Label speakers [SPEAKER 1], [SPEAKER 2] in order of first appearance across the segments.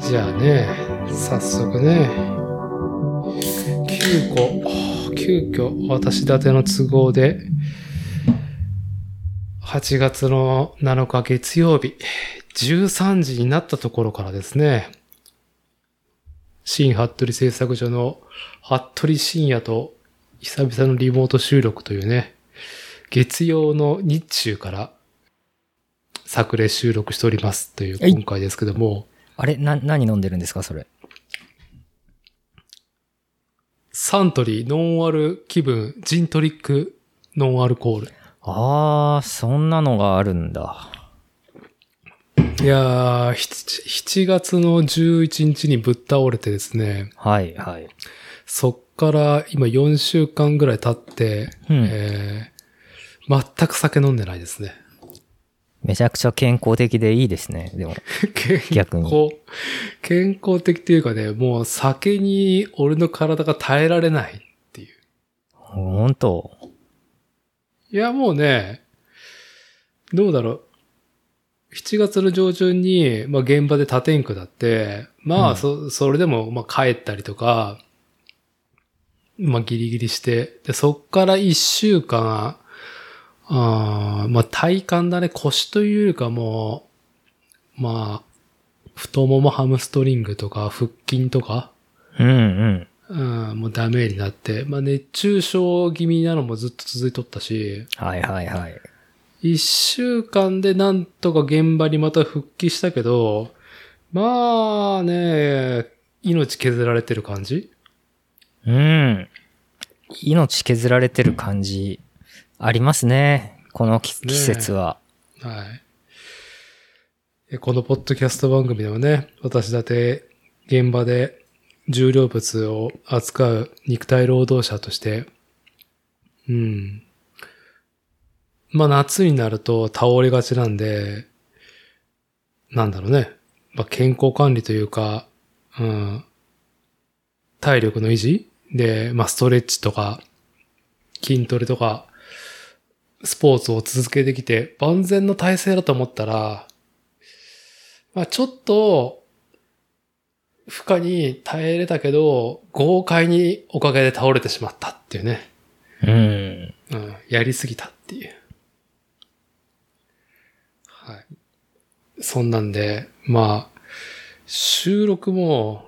[SPEAKER 1] じゃあね、早速ね、急遽、急遽私立ての都合で、8月の7日月曜日、13時になったところからですね、新服部製作所の服部深夜と久々のリモート収録というね、月曜の日中から作例収録しておりますという
[SPEAKER 2] はい
[SPEAKER 1] 今回ですけども、
[SPEAKER 2] あれな、何飲んでるんですか、それ。
[SPEAKER 1] サントリーノンアル気分ジントリックノンアルコール。
[SPEAKER 2] ああ、そんなのがあるんだ。
[SPEAKER 1] いやー、7, 月の11日にぶっ倒れてですね、
[SPEAKER 2] はい、はい。
[SPEAKER 1] そっから今4週間ぐらい経って、
[SPEAKER 2] うん
[SPEAKER 1] えー全く酒飲んでないです ね。
[SPEAKER 2] めちゃくちゃ健康的でいいですね、で も。逆
[SPEAKER 1] 健康、健康的っていうかね、もう酒に俺の体が耐えられないっていう。
[SPEAKER 2] 本当
[SPEAKER 1] いや、もうね、どうだろう。7月の上旬に、まあ、現場で立てんくだって、ま
[SPEAKER 2] う
[SPEAKER 1] あ、
[SPEAKER 2] ん
[SPEAKER 1] そ、それでも、まあ、帰ったりとか、まあ、ギリギリして、で、そっから1週間、あーまあ、体幹だね、腰というよりかもう、まあ、太ももハムストリングとか、腹筋とか、
[SPEAKER 2] うんうん。
[SPEAKER 1] うん、もうダメになって、まあ、熱中症気味なのもずっと続いとったし、
[SPEAKER 2] はいはいはい。
[SPEAKER 1] 一週間でなんとか現場にまた復帰したけど、まあね、命削られてる感じ
[SPEAKER 2] うん。命削られてる感じ、ありますね。このき
[SPEAKER 1] ねえ
[SPEAKER 2] 季節は。
[SPEAKER 1] はいえ。このポッドキャスト番組でもね、私だって現場で重量物を扱う肉体労働者として、うん。まあ夏になると倒れがちなんで、なんだろうね。まあ健康管理というか、うん。体力の維持で、まあストレッチとか、筋トレとか、スポーツを続けてきて、万全の体制だと思ったら、まあちょっと、負荷に耐えれたけど、豪快におかげで倒れてしまったっていうね。
[SPEAKER 2] うん。
[SPEAKER 1] うん、やりすぎたっていう。はい。そんなんで、まあ、収録も、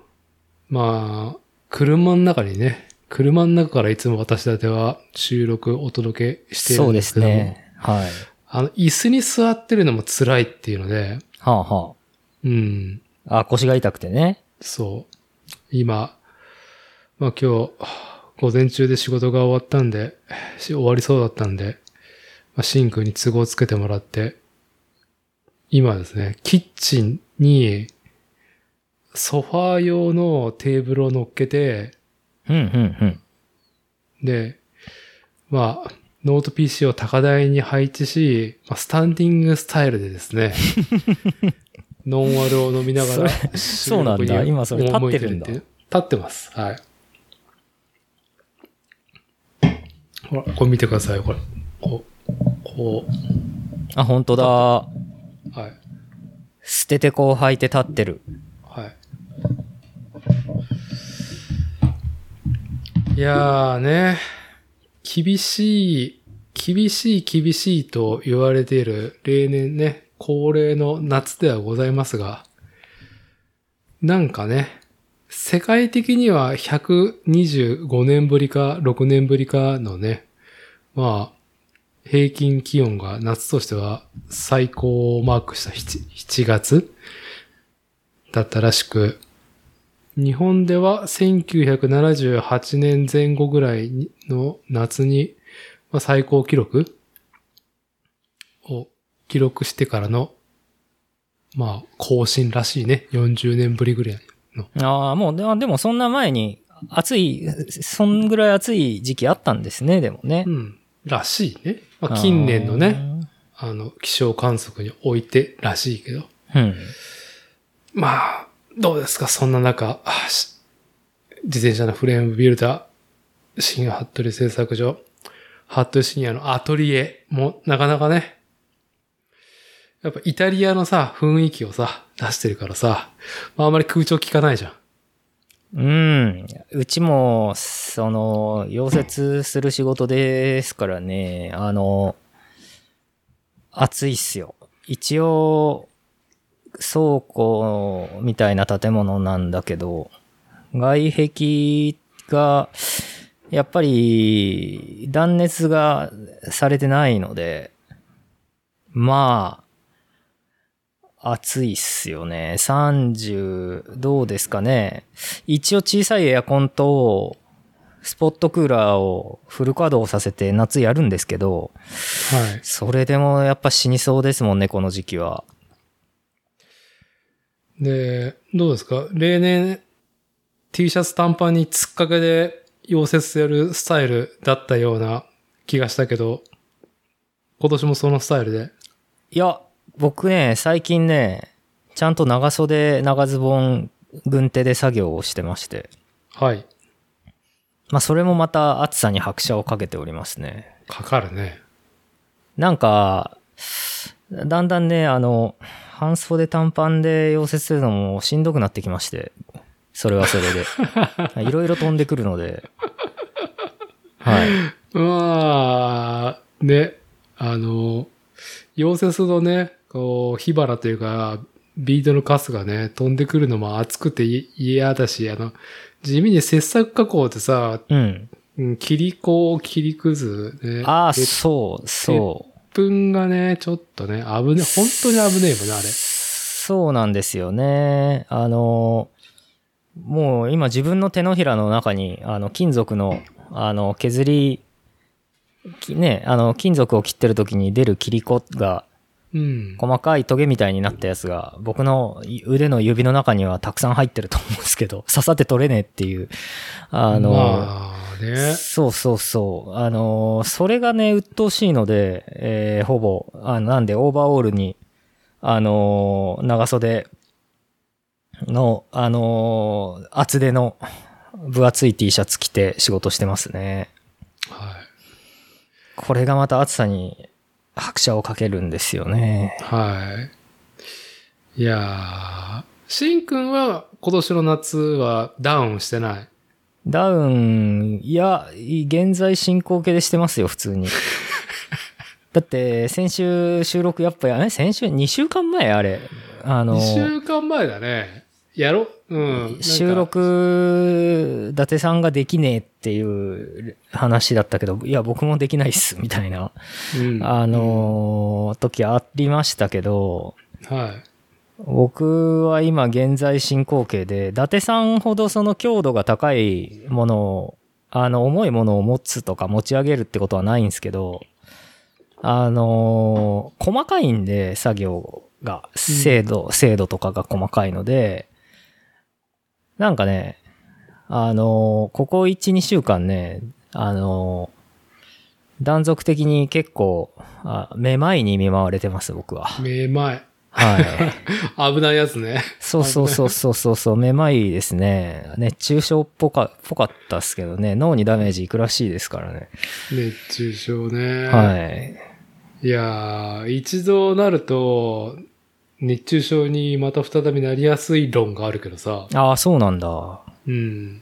[SPEAKER 1] まあ、車の中にね、車の中からいつも私だては収録お届けしてい
[SPEAKER 2] そ
[SPEAKER 1] るん
[SPEAKER 2] う
[SPEAKER 1] で
[SPEAKER 2] です
[SPEAKER 1] け
[SPEAKER 2] す
[SPEAKER 1] ども、
[SPEAKER 2] ね。はい。
[SPEAKER 1] あの、椅子に座ってるのも辛いっていうので、
[SPEAKER 2] はあは
[SPEAKER 1] うん、
[SPEAKER 2] あ。あ、腰が痛くてね。
[SPEAKER 1] そう。今、まあ今日、午前中で仕事が終わったんで、し終わりそうだったんで、まあ、シンクに都合つけてもらって、今ですね、キッチンに、ソファー用のテーブルを乗っけて、
[SPEAKER 2] うんうん
[SPEAKER 1] で、まあ、ノート PC を高台に配置し、まあ、スタンディングスタイルでです ね、ノンアルを飲みながら、
[SPEAKER 2] そうなんだ
[SPEAKER 1] 収録に
[SPEAKER 2] 今それ立ってるんだ
[SPEAKER 1] 赴いいう立ってます。はい。ほら、これ見てください、これ。こう、こ
[SPEAKER 2] うん。あ、本当だ。
[SPEAKER 1] う、はい、
[SPEAKER 2] 捨ててこを履いて立ってる。
[SPEAKER 1] はい。いやーね、厳しい、厳しい厳しいと言われている例年ね、恒例の夏ではございますが、なんかね、世界的には125年ぶりか6年ぶりかのね、まあ、平均気温が夏としては最高をマークした 7, 7月だったらしく、日本では1978年前後ぐらいにの夏に、まあ、最高記録を記録してからの、まあ、更新らしいね。40年ぶりぐらいの。
[SPEAKER 2] ああ、もうで、あでもそんな前に、暑い、そんぐらい暑い時期あったんですね、でもね
[SPEAKER 1] う。ん。らしいね。まあ、近年のね、あの、気象観測においてらしいけど。
[SPEAKER 2] あー。うん。
[SPEAKER 1] まあ、どうですか、そんな中、あし自転車のフレームビルダー、新服部製作所、服部深夜のアトリエもなかなかね、やっぱイタリアのさ、雰囲気をさ、出してるからさ、まああんまり空調効かないじゃん。
[SPEAKER 2] うん。うちも、その、溶接する仕事ですからね、あの、暑いっすよ。一応、倉庫みたいな建物なんだけど、外壁が、やっぱり、断熱がされてないので、まあ、暑いっすよね。30、どうですかね。一応小さいエアコンと、スポットクーラーをフル稼働させて夏やるんですけど、
[SPEAKER 1] はい。
[SPEAKER 2] それでもやっぱ死にそうですもんね、この時期は。
[SPEAKER 1] で、どうですか例年、T シャツ短パンに突っかけで溶接やるスタイルだったような気がしたけど、今年もそのスタイルで。
[SPEAKER 2] いや、僕ね、最近ね、ちゃんと長袖、長ズボン、軍手で作業をしてまして。
[SPEAKER 1] はい。
[SPEAKER 2] まあ、それもまた暑さに拍車をかけておりますね。
[SPEAKER 1] かかるね。
[SPEAKER 2] なんか、だんだんね、あの、半袖短パンで溶接するのもしんどくなってきまして、それはそれで。いろいろ飛んでくるので。はい。
[SPEAKER 1] まあ、ね、あの、溶接のね、こう、火花というか、ビートのカスがね、飛んでくるのも熱くて嫌だし、あの、地味に切削加工ってさ、
[SPEAKER 2] うん。
[SPEAKER 1] うん切り子、切りくず、ね。
[SPEAKER 2] ああ、
[SPEAKER 1] 鉄
[SPEAKER 2] そう、そう。
[SPEAKER 1] 粉がね、ちょっとね、危ね、本当に危ねえもんね、あれ。
[SPEAKER 2] そうなんですよね。あの、もう今自分の手のひらの中に、あの、金属の、あの、削り、きね、あの、金属を切ってる時に出る切り子が
[SPEAKER 1] うん。
[SPEAKER 2] 細かいトゲみたいになったやつが、僕の腕の指の中にはたくさん入ってると思うんですけど、 刺さって取れねえっていう。あの、
[SPEAKER 1] まあね。
[SPEAKER 2] そうそうそう。あの、それがね、鬱陶しいので、えーほぼ、あのなんで、オーバーオールに、あの、長袖の、あの、厚手の分厚い T シャツ着て仕事してますね。
[SPEAKER 1] はい。
[SPEAKER 2] これがまた暑さに拍車をかけるんですよね。
[SPEAKER 1] はい。いやー、しんくんは今年の夏はダウンしてない。
[SPEAKER 2] ダウン、いや、現在進行形でしてますよ、普通に。 だって、先週収録やっぱやね、先週、2週間前あれ。あの、
[SPEAKER 1] 2週間前だね。やろうん。
[SPEAKER 2] 収録、伊達さんができねえっていう話だったけど、いや、僕もできないっす、みたいな、
[SPEAKER 1] なんか、
[SPEAKER 2] あの、時ありましたけど、
[SPEAKER 1] うん、はい。
[SPEAKER 2] 僕は今現在進行形で、伊達さんほどその強度が高いものを、あの、重いものを持つとか持ち上げるってことはないんですけど、あのー細かいんで、作業が、精度、精度とかが細かいので、なんかね、あのーここ1、2週間ね、あのー断続的に結構、あめまいに見舞われてます、僕は。
[SPEAKER 1] めまい。
[SPEAKER 2] はい。
[SPEAKER 1] 危ないやつ ね。
[SPEAKER 2] そうそうそうそうそうそう、めまいですね。熱中症っぽかぽかったっすけどね、脳にダメージいくらしいですからね。
[SPEAKER 1] 熱中症ね。
[SPEAKER 2] はい。
[SPEAKER 1] いやー、一度なると、熱中症にまた再びなりやすい論があるけどさ。
[SPEAKER 2] ああ、そうなんだ。
[SPEAKER 1] うん。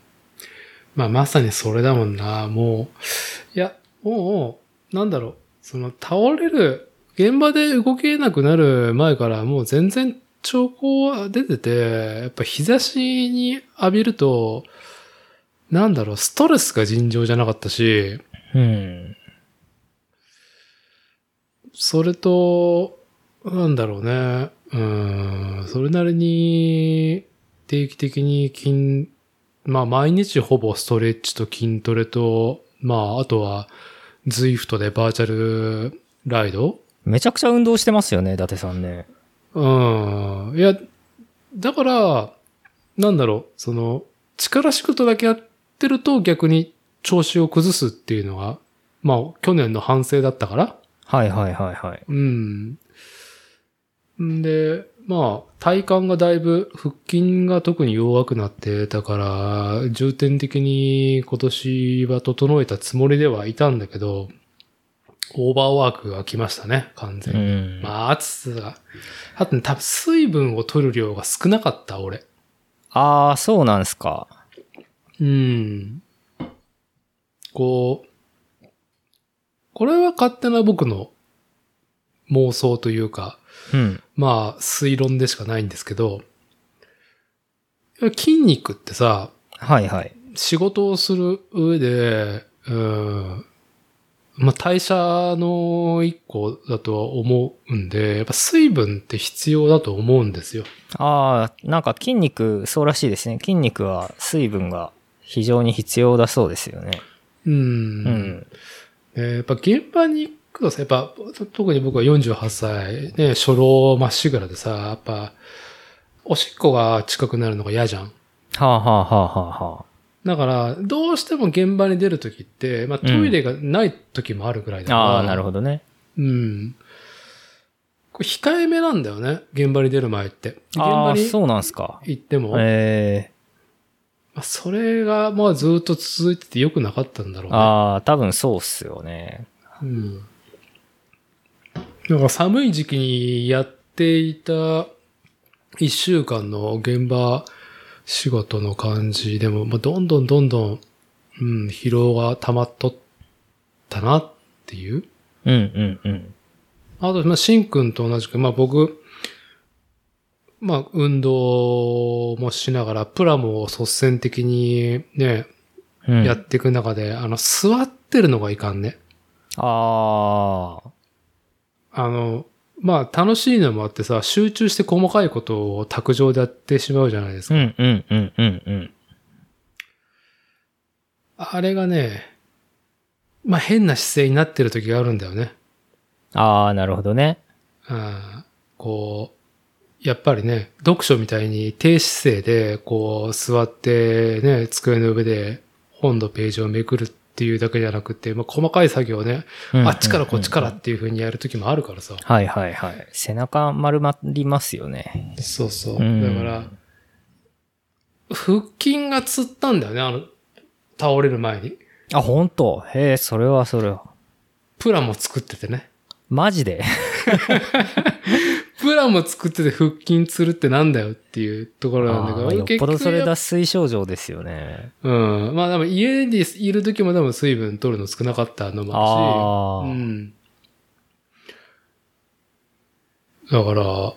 [SPEAKER 1] まあ、まさにそれだもんな。もう、いや、もう、なんだろう。その、倒れる、現場で動けなくなる前から、もう全然兆候は出てて、やっぱ日差しに浴びると、なんだろう、ストレスが尋常じゃなかったし、
[SPEAKER 2] うん。
[SPEAKER 1] それと、なんだろうね。うん、それなりに、定期的に筋、まあ毎日ほぼストレッチと筋トレと、まああとは、ズイフトでバーチャルライド
[SPEAKER 2] めちゃくちゃ運動してますよね、伊達さんね。
[SPEAKER 1] うん。いや、だから、なんだろう、その、力仕事だけやってると逆に調子を崩すっていうのが、まあ去年の反省だったから。
[SPEAKER 2] はいはいはいはい。
[SPEAKER 1] うん。んで、まあ、体幹がだいぶ、腹筋が特に弱くなってたから、重点的に今年は整えたつもりではいたんだけど、オーバーワークが来ましたね、完全
[SPEAKER 2] う
[SPEAKER 1] に。
[SPEAKER 2] ん。
[SPEAKER 1] まあ、暑さが。あとね、多分水分を取る量が少なかった、俺。
[SPEAKER 2] ああ、そうなんすか。
[SPEAKER 1] うん。こう、これは勝手な僕の妄想というか、
[SPEAKER 2] うん。
[SPEAKER 1] まあ、推論でしかないんですけど、筋肉ってさ、
[SPEAKER 2] はいはい。
[SPEAKER 1] 仕事をする上で、うん、まあ代謝の一個だとは思うんで、やっぱ水分って必要だと思うんですよ。
[SPEAKER 2] ああ、なんか筋肉、そうらしいですね。筋肉は水分が非常に必要だそうですよね。
[SPEAKER 1] うん。
[SPEAKER 2] うん。
[SPEAKER 1] えーやっぱ現場に行くとさ、やっぱ特に僕は48歳、ね、初老まっしぐらでさ、やっぱ、おしっこが近くなるのが嫌じゃん。
[SPEAKER 2] はあはあはあはあは
[SPEAKER 1] だから、どうしても現場に出るときって、まあトイレがないときもあるぐらいだ
[SPEAKER 2] あ。
[SPEAKER 1] から、
[SPEAKER 2] ああ、なるほどね。
[SPEAKER 1] うん。これ控えめなんだよね。現場に出る前って。現
[SPEAKER 2] あ
[SPEAKER 1] 場
[SPEAKER 2] あ、
[SPEAKER 1] に
[SPEAKER 2] そうなんすか。
[SPEAKER 1] 行っても、
[SPEAKER 2] え
[SPEAKER 1] まあそれがまあずっと続いてて良くなかったんだろ
[SPEAKER 2] え
[SPEAKER 1] うね。
[SPEAKER 2] ああ、多分そうっすよね。
[SPEAKER 1] うん。なんか寒い時期にやっていた一週間の現場仕事の感じでも、まあ、どんどんどんどん、うん、疲労が溜まっとったなっていう。
[SPEAKER 2] うんうんうん。
[SPEAKER 1] あと、まあ、しんくんと同じく、まあ、僕、まあ、運動もしながら、プラモを率先的にね、
[SPEAKER 2] うん、
[SPEAKER 1] やっていく中で、あの、座ってるのがいかんね。
[SPEAKER 2] ああ、
[SPEAKER 1] あの、まあ、楽しいのもあってさ、集中して細かいことを卓上でやってしまうじゃないです
[SPEAKER 2] う
[SPEAKER 1] か。
[SPEAKER 2] んうんうんうんうん。
[SPEAKER 1] あれがね、まあ、変な姿勢になってる時があるんだよね。
[SPEAKER 2] ああ、なるほどね。
[SPEAKER 1] うんこう、やっぱりね、読書みたいに低姿勢で、こう、座ってね、机の上で本のページをめくるっていうだけじゃなくて、まあ、細かい作業をね、
[SPEAKER 2] うんうんうん
[SPEAKER 1] あっちからこっちからっていう風にやる時もあるからさ。
[SPEAKER 2] はいはいはい。背中丸まりますよね。
[SPEAKER 1] そうそう。
[SPEAKER 2] うん
[SPEAKER 1] だから、腹筋がつったんだよね、あの、倒れる前に。
[SPEAKER 2] あ、本当へえ、それはそれは。
[SPEAKER 1] プラも作っててね。
[SPEAKER 2] マジで
[SPEAKER 1] プラも作ってて腹筋つるってなんだよっていうところなんだけ
[SPEAKER 2] あ
[SPEAKER 1] ど、
[SPEAKER 2] ーよっぽど
[SPEAKER 1] 結局
[SPEAKER 2] それ
[SPEAKER 1] やっぱ
[SPEAKER 2] 脱水症状ですよね。
[SPEAKER 1] うん。まあでも家にいる時も多分水分取るの少なかったのもあ
[SPEAKER 2] ああ、
[SPEAKER 1] るし。うん。だから、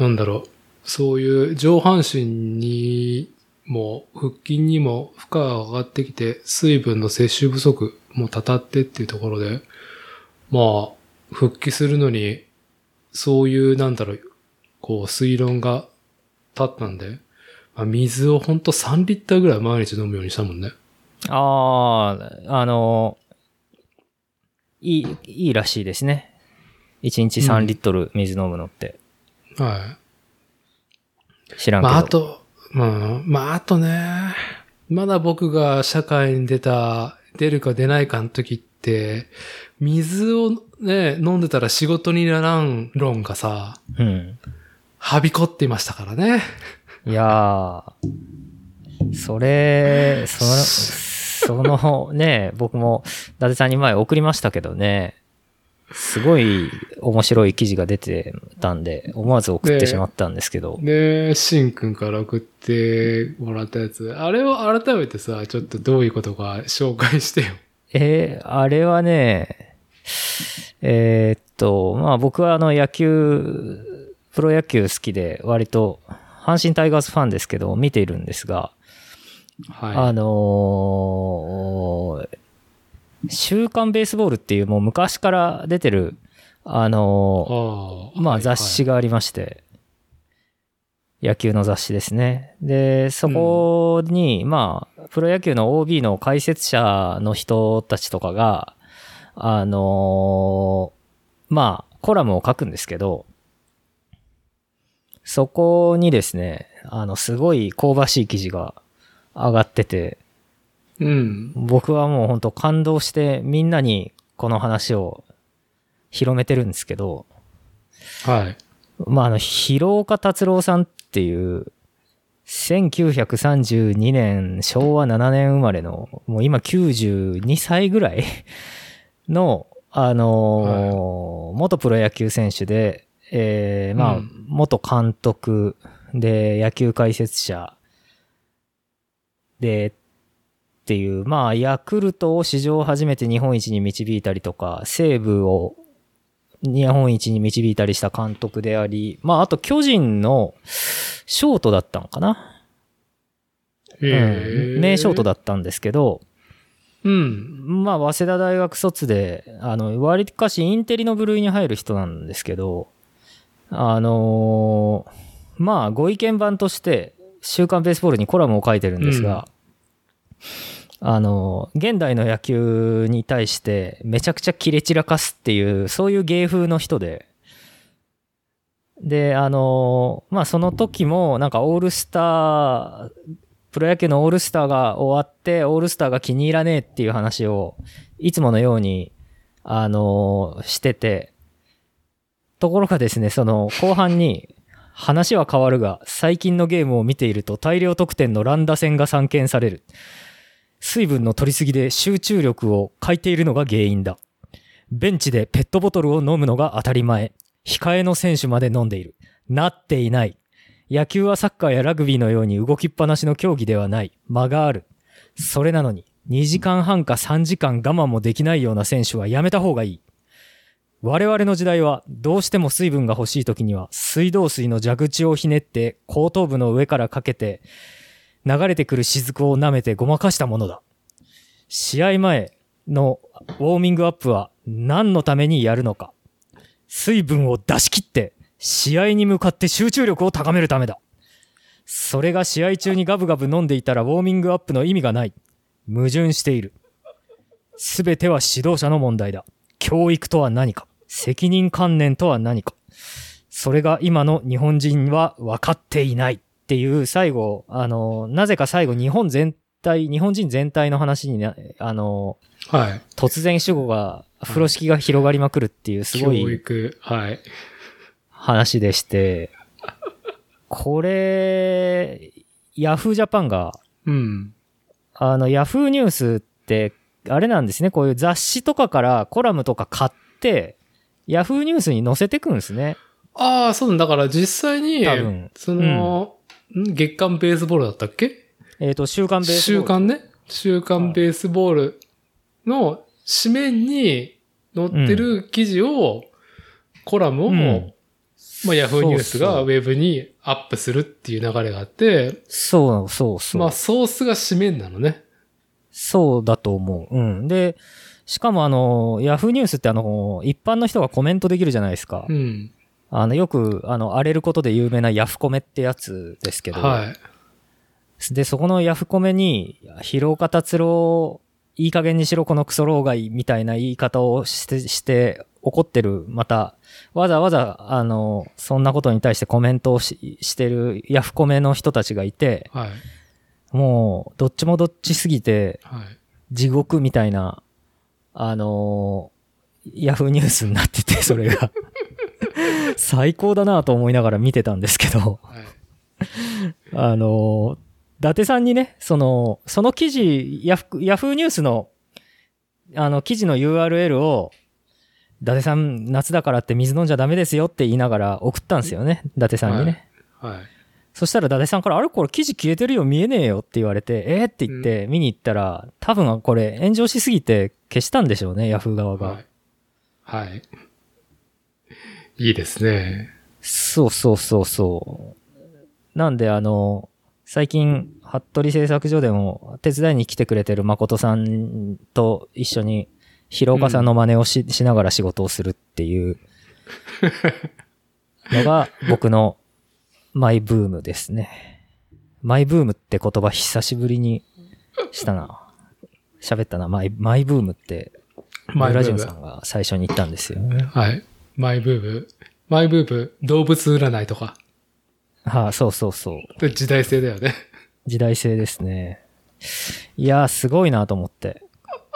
[SPEAKER 1] なんだろう。そういう上半身にも腹筋にも負荷が上がってきて、水分の摂取不足もたたってっていうところで、まあ、復帰するのに、そういう、なんだろう、こう、推論が立ったんで、まあ、水をほんと3リッターぐらい毎日飲むようにしたもんね。
[SPEAKER 2] ああ、あの、いい、いいらしいですね。1日3リットル水飲むのって
[SPEAKER 1] は
[SPEAKER 2] 知
[SPEAKER 1] い。
[SPEAKER 2] らんけど。
[SPEAKER 1] まあ、あと、うん、まあ、あとね、まだ僕が社会に出た、出るか出ないかの時って、水をね、飲んでたら仕事にならん論がさ、
[SPEAKER 2] うん。
[SPEAKER 1] はびこっていましたからね。
[SPEAKER 2] いやー、それ、その、そのね、僕も伊達さんに前送りましたけどね、すごい面白い記事が出てたんで、思わず送ってしまったんですけど、
[SPEAKER 1] ねえ、しんくんから送ってもらったやつ。あれを改めてさ、ちょっとどういうことか紹介してよ。
[SPEAKER 2] えーあれはね、えーっと、まあ僕はあの野球、プロ野球好きで割と阪神タイガースファンですけど、見ているんですが、
[SPEAKER 1] は
[SPEAKER 2] あのー週刊ベースボールっていうもう昔から出てる、あ
[SPEAKER 1] い。
[SPEAKER 2] の
[SPEAKER 1] あ
[SPEAKER 2] ーまあ雑誌
[SPEAKER 1] が。
[SPEAKER 2] がありまして、野球の雑誌ですね。で、そこに、まあ、プロ野球の OB の解説者の人たちとかが、あのーまあ、コラムを書くんですけど、そこにですね、あの、すごい香ばしい記事が上がってて、
[SPEAKER 1] はいうん。
[SPEAKER 2] 僕はもう本当感動してみんなにこの話を広めてるんですけど、
[SPEAKER 1] はい。
[SPEAKER 2] まあ、あの、広岡達郎さんっていう、1932年、昭和7年生まれの、もう今92歳ぐらいの、あのー元プロ野球選手で、えーまあ、
[SPEAKER 1] うん
[SPEAKER 2] 元監督で、野球解説者で、っていう、まあ、ヤクルトを史上初めて日本一に導いたりとか、西武を日本一に導いたりした監督であり、まあ、あと巨人のショートだったのかな、うん名ショートだ
[SPEAKER 1] っ
[SPEAKER 2] ったんですけど、
[SPEAKER 1] うん。
[SPEAKER 2] まあ、早稲田大学卒で、あの、割かしインテリの部類に入る人なんですけど、あのーまあ、ご意見番として、週刊ベースボールにコラムを書いてるんですが、あのー現代の野球に対して、めちゃくちゃ切れ散らかすっていう、そういう芸風の人で、で、あのーまあ、その時も、なんか、オールスター、プロ野球のオールスターが終わって、オールスターが気に入らねえっていう話を、いつものように、あのーしてて、ところがですね、その、後半に、話は変わるが、最近のゲームを見ていると大量得点の乱打戦が散見される。水分の取りすぎで集中力を欠いているのが原因だ。ベンチでペットボトルを飲むのが当たり前。控えの選手まで飲んでいる。なっていない。野球はサッカーやラグビーのように動きっぱなしの競技ではない。間がある。それなのに、2時間半か3時間我慢もできないような選手はやめた方がいい。我々の時代は、どうしても水分が欲しい時には、水道水の蛇口をひねって、後頭部の上からかけて、流れてくる雫を舐めてごまかしたものだ。試合前のウォーミングアップは何のためにやるのか。水分を出し切って、試合に向かって集中力を高めるためだ。それが試合中にガブガブ飲んでいたらウォーミングアップの意味がない。矛盾している。すべては指導者の問題だ。教育とは何か。責任観念とは何か。それが今の日本人は分かっていないっていう最後、あの、なぜか最後日本全体、日本人全体の話にな、あの、
[SPEAKER 1] はい。
[SPEAKER 2] 突然主語が、風呂敷が広がりまくるっていうすごい、
[SPEAKER 1] 教育。はい。
[SPEAKER 2] 話でして、これ、ヤフージャパンが、
[SPEAKER 1] うん。
[SPEAKER 2] あの、ヤフーニュースって、あれなんですね、こういう雑誌とかからコラムとか買って、ヤフーニュースに載せてくんですね。
[SPEAKER 1] ああ、そうなんだ。から実際に
[SPEAKER 2] 多分、
[SPEAKER 1] その、ん月刊ベースボールだったっけ
[SPEAKER 2] えっ、と、週刊ベースボー
[SPEAKER 1] 週
[SPEAKER 2] ル
[SPEAKER 1] 刊ね。週刊ベースボールの紙面に載ってる記事を、コラムを、
[SPEAKER 2] うん
[SPEAKER 1] まあ、ヤフーニュース
[SPEAKER 2] そう
[SPEAKER 1] が
[SPEAKER 2] そう
[SPEAKER 1] ウェブにアップするっていう流れがあって、
[SPEAKER 2] そうそうそう。
[SPEAKER 1] まあ、ソースが紙面なのね。
[SPEAKER 2] そうだと思う。うん。で、しかもあの、ヤフーニュースってあの、一般の人がコメントできるじゃないですか。
[SPEAKER 1] うん。
[SPEAKER 2] あの、よく、あの、荒れることで有名なヤフコメってやつですけど、
[SPEAKER 1] はい。
[SPEAKER 2] で、そこのヤフコメに、広岡達郎、いい加減にしろこのクソ老害みたいな言い方をして、して怒ってる、また、わざわざ、あの、そんなことに対してコメントをししてるヤフコメの人たちがいて、
[SPEAKER 1] はい。
[SPEAKER 2] もう、どっちもどっちすぎて、
[SPEAKER 1] はい。
[SPEAKER 2] 地獄みたいな、あのヤフーニュースになってて、それが。 最高だなと思いながら見てたんですけど。
[SPEAKER 1] はい。
[SPEAKER 2] あの、伊達さんにね、その、その記事、ヤフ、ヤフーニュースの、あの、記事の URL を、伊達さん、夏だからって水飲んじゃダメですよって言いながら送ったんですよね、伊達さんにね。
[SPEAKER 1] はいはい。
[SPEAKER 2] そしたら伊達さんから、あれこれ記事消えてるよ、見えねえよって言われて、えー、って言って見に行ったら、多分これ炎上しすぎて消したんでしょうね、ヤフー側が。
[SPEAKER 1] はい。はい。いいですね。
[SPEAKER 2] そうそうそうそう。なんで、あの、最近、服部製作所でも手伝いに来てくれてる誠さんと一緒に、広岡さんの真似をし,、しながら仕事をするっていう のが僕のマイブームですね。マイブームって言葉久しぶりにしたな。喋ったな。マイ、マイブームって、
[SPEAKER 1] マイブ
[SPEAKER 2] ラジ
[SPEAKER 1] ー
[SPEAKER 2] オ
[SPEAKER 1] ム
[SPEAKER 2] さ。んが最初に言ったんですよね。
[SPEAKER 1] はい。マイブーム。マイブーム、動物占いとか。
[SPEAKER 2] はあ、そうそうそう。
[SPEAKER 1] 時代性だよね。
[SPEAKER 2] 時代性ですね。いやー、すごいなと思って。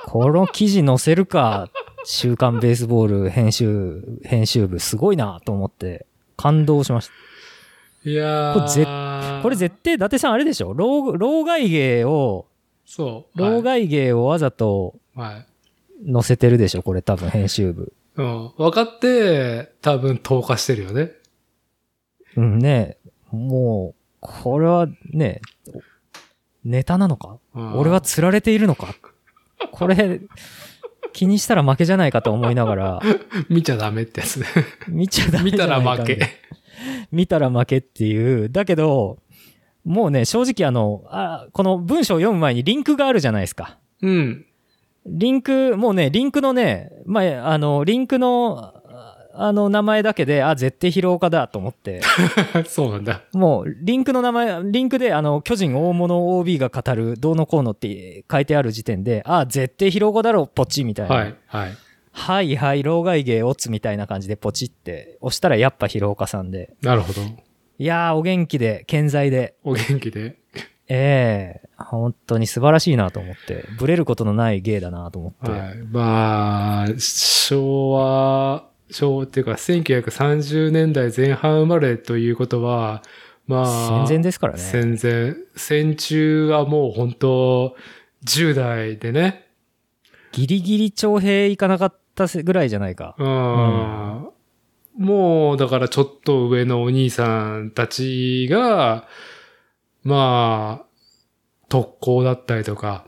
[SPEAKER 2] この記事載せるか、週刊ベースボール編集、編集部、すごいなと思って、感動しまし
[SPEAKER 1] いや
[SPEAKER 2] これぜ
[SPEAKER 1] ー
[SPEAKER 2] た。これ絶対、伊達さんあれでしょ老、老害芸を、
[SPEAKER 1] そう。
[SPEAKER 2] 老害芸をわざと、
[SPEAKER 1] はい。はい。
[SPEAKER 2] 載せてるでしょ、これ多分編集部。
[SPEAKER 1] うん。分かって、多分投下してるよね。
[SPEAKER 2] うんね、もう、これはね、ネタなのか
[SPEAKER 1] うん
[SPEAKER 2] 俺は、釣られているのかこれ、気にしたら負けじゃないかと思いながら、
[SPEAKER 1] 見ちゃダメってやつね。
[SPEAKER 2] 見ちゃダメ
[SPEAKER 1] 見
[SPEAKER 2] じ
[SPEAKER 1] た
[SPEAKER 2] ゃない
[SPEAKER 1] ら
[SPEAKER 2] か
[SPEAKER 1] 負け。。
[SPEAKER 2] 見たら負けっていう。だけど、もうね、正直あの、あこの文章を読む前にリンクがあるじゃないですか。
[SPEAKER 1] うん。
[SPEAKER 2] リンク、もうね、リンクのね、まあ、あの、リンクの、ああの、名前だけで、あ、絶対広岡だと思って、
[SPEAKER 1] そうなんだ。
[SPEAKER 2] もう、リンクの名前、リンクで、あの、巨人大物 OB が語る、どうのこうのって書いてある時点で、あ、絶対広岡だろ、ポチみたいな。
[SPEAKER 1] はい。はい。
[SPEAKER 2] はいはい、老害芸オツみたいな感じでポチって押したらやっぱ広岡さんで。
[SPEAKER 1] なるほど。
[SPEAKER 2] いやー、お元気で、健在で、
[SPEAKER 1] お元気で。
[SPEAKER 2] ええ本当に素晴らしいなと思って、ブレることのない芸だなと思って。
[SPEAKER 1] はい。まあ、昭和、昭和っていうか、1930年代前半生まれということは、まあ、
[SPEAKER 2] 戦前ですからね。
[SPEAKER 1] 戦前、戦中はもう本当、10代でね、
[SPEAKER 2] ギリギリ徴兵行かなかったぐらいじゃないか。
[SPEAKER 1] うんもう、だからちょっと上のお兄さんたちが、まあ、特攻だったりとか、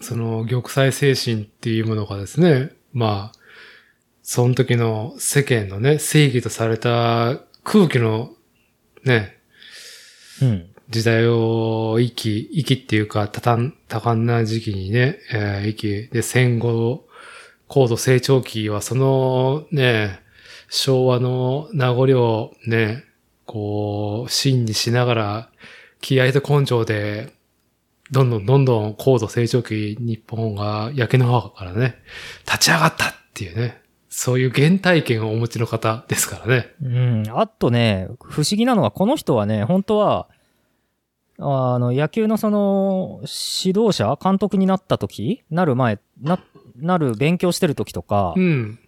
[SPEAKER 1] その玉砕精神っていうものがですね、まあ、その時の世間のね、正義とされた空気のね、
[SPEAKER 2] うん。
[SPEAKER 1] 時代を生き、生きっていうか、多々多感な時期にね、えー生き、で、戦後、高度成長期は、そのね、昭和の名残をね、こう、真にしながら、気合と根性で、どんどんどんどん高度成長期日本が焼け野原からね、立ち上がったっていうね、そういう原体験をお持ちの方ですからね。
[SPEAKER 2] うん。あとね、不思議なのは、この人はね、本当は、あの、野球のその、指導者監督になった時なる前、な、なる勉強してる時とか、
[SPEAKER 1] うん。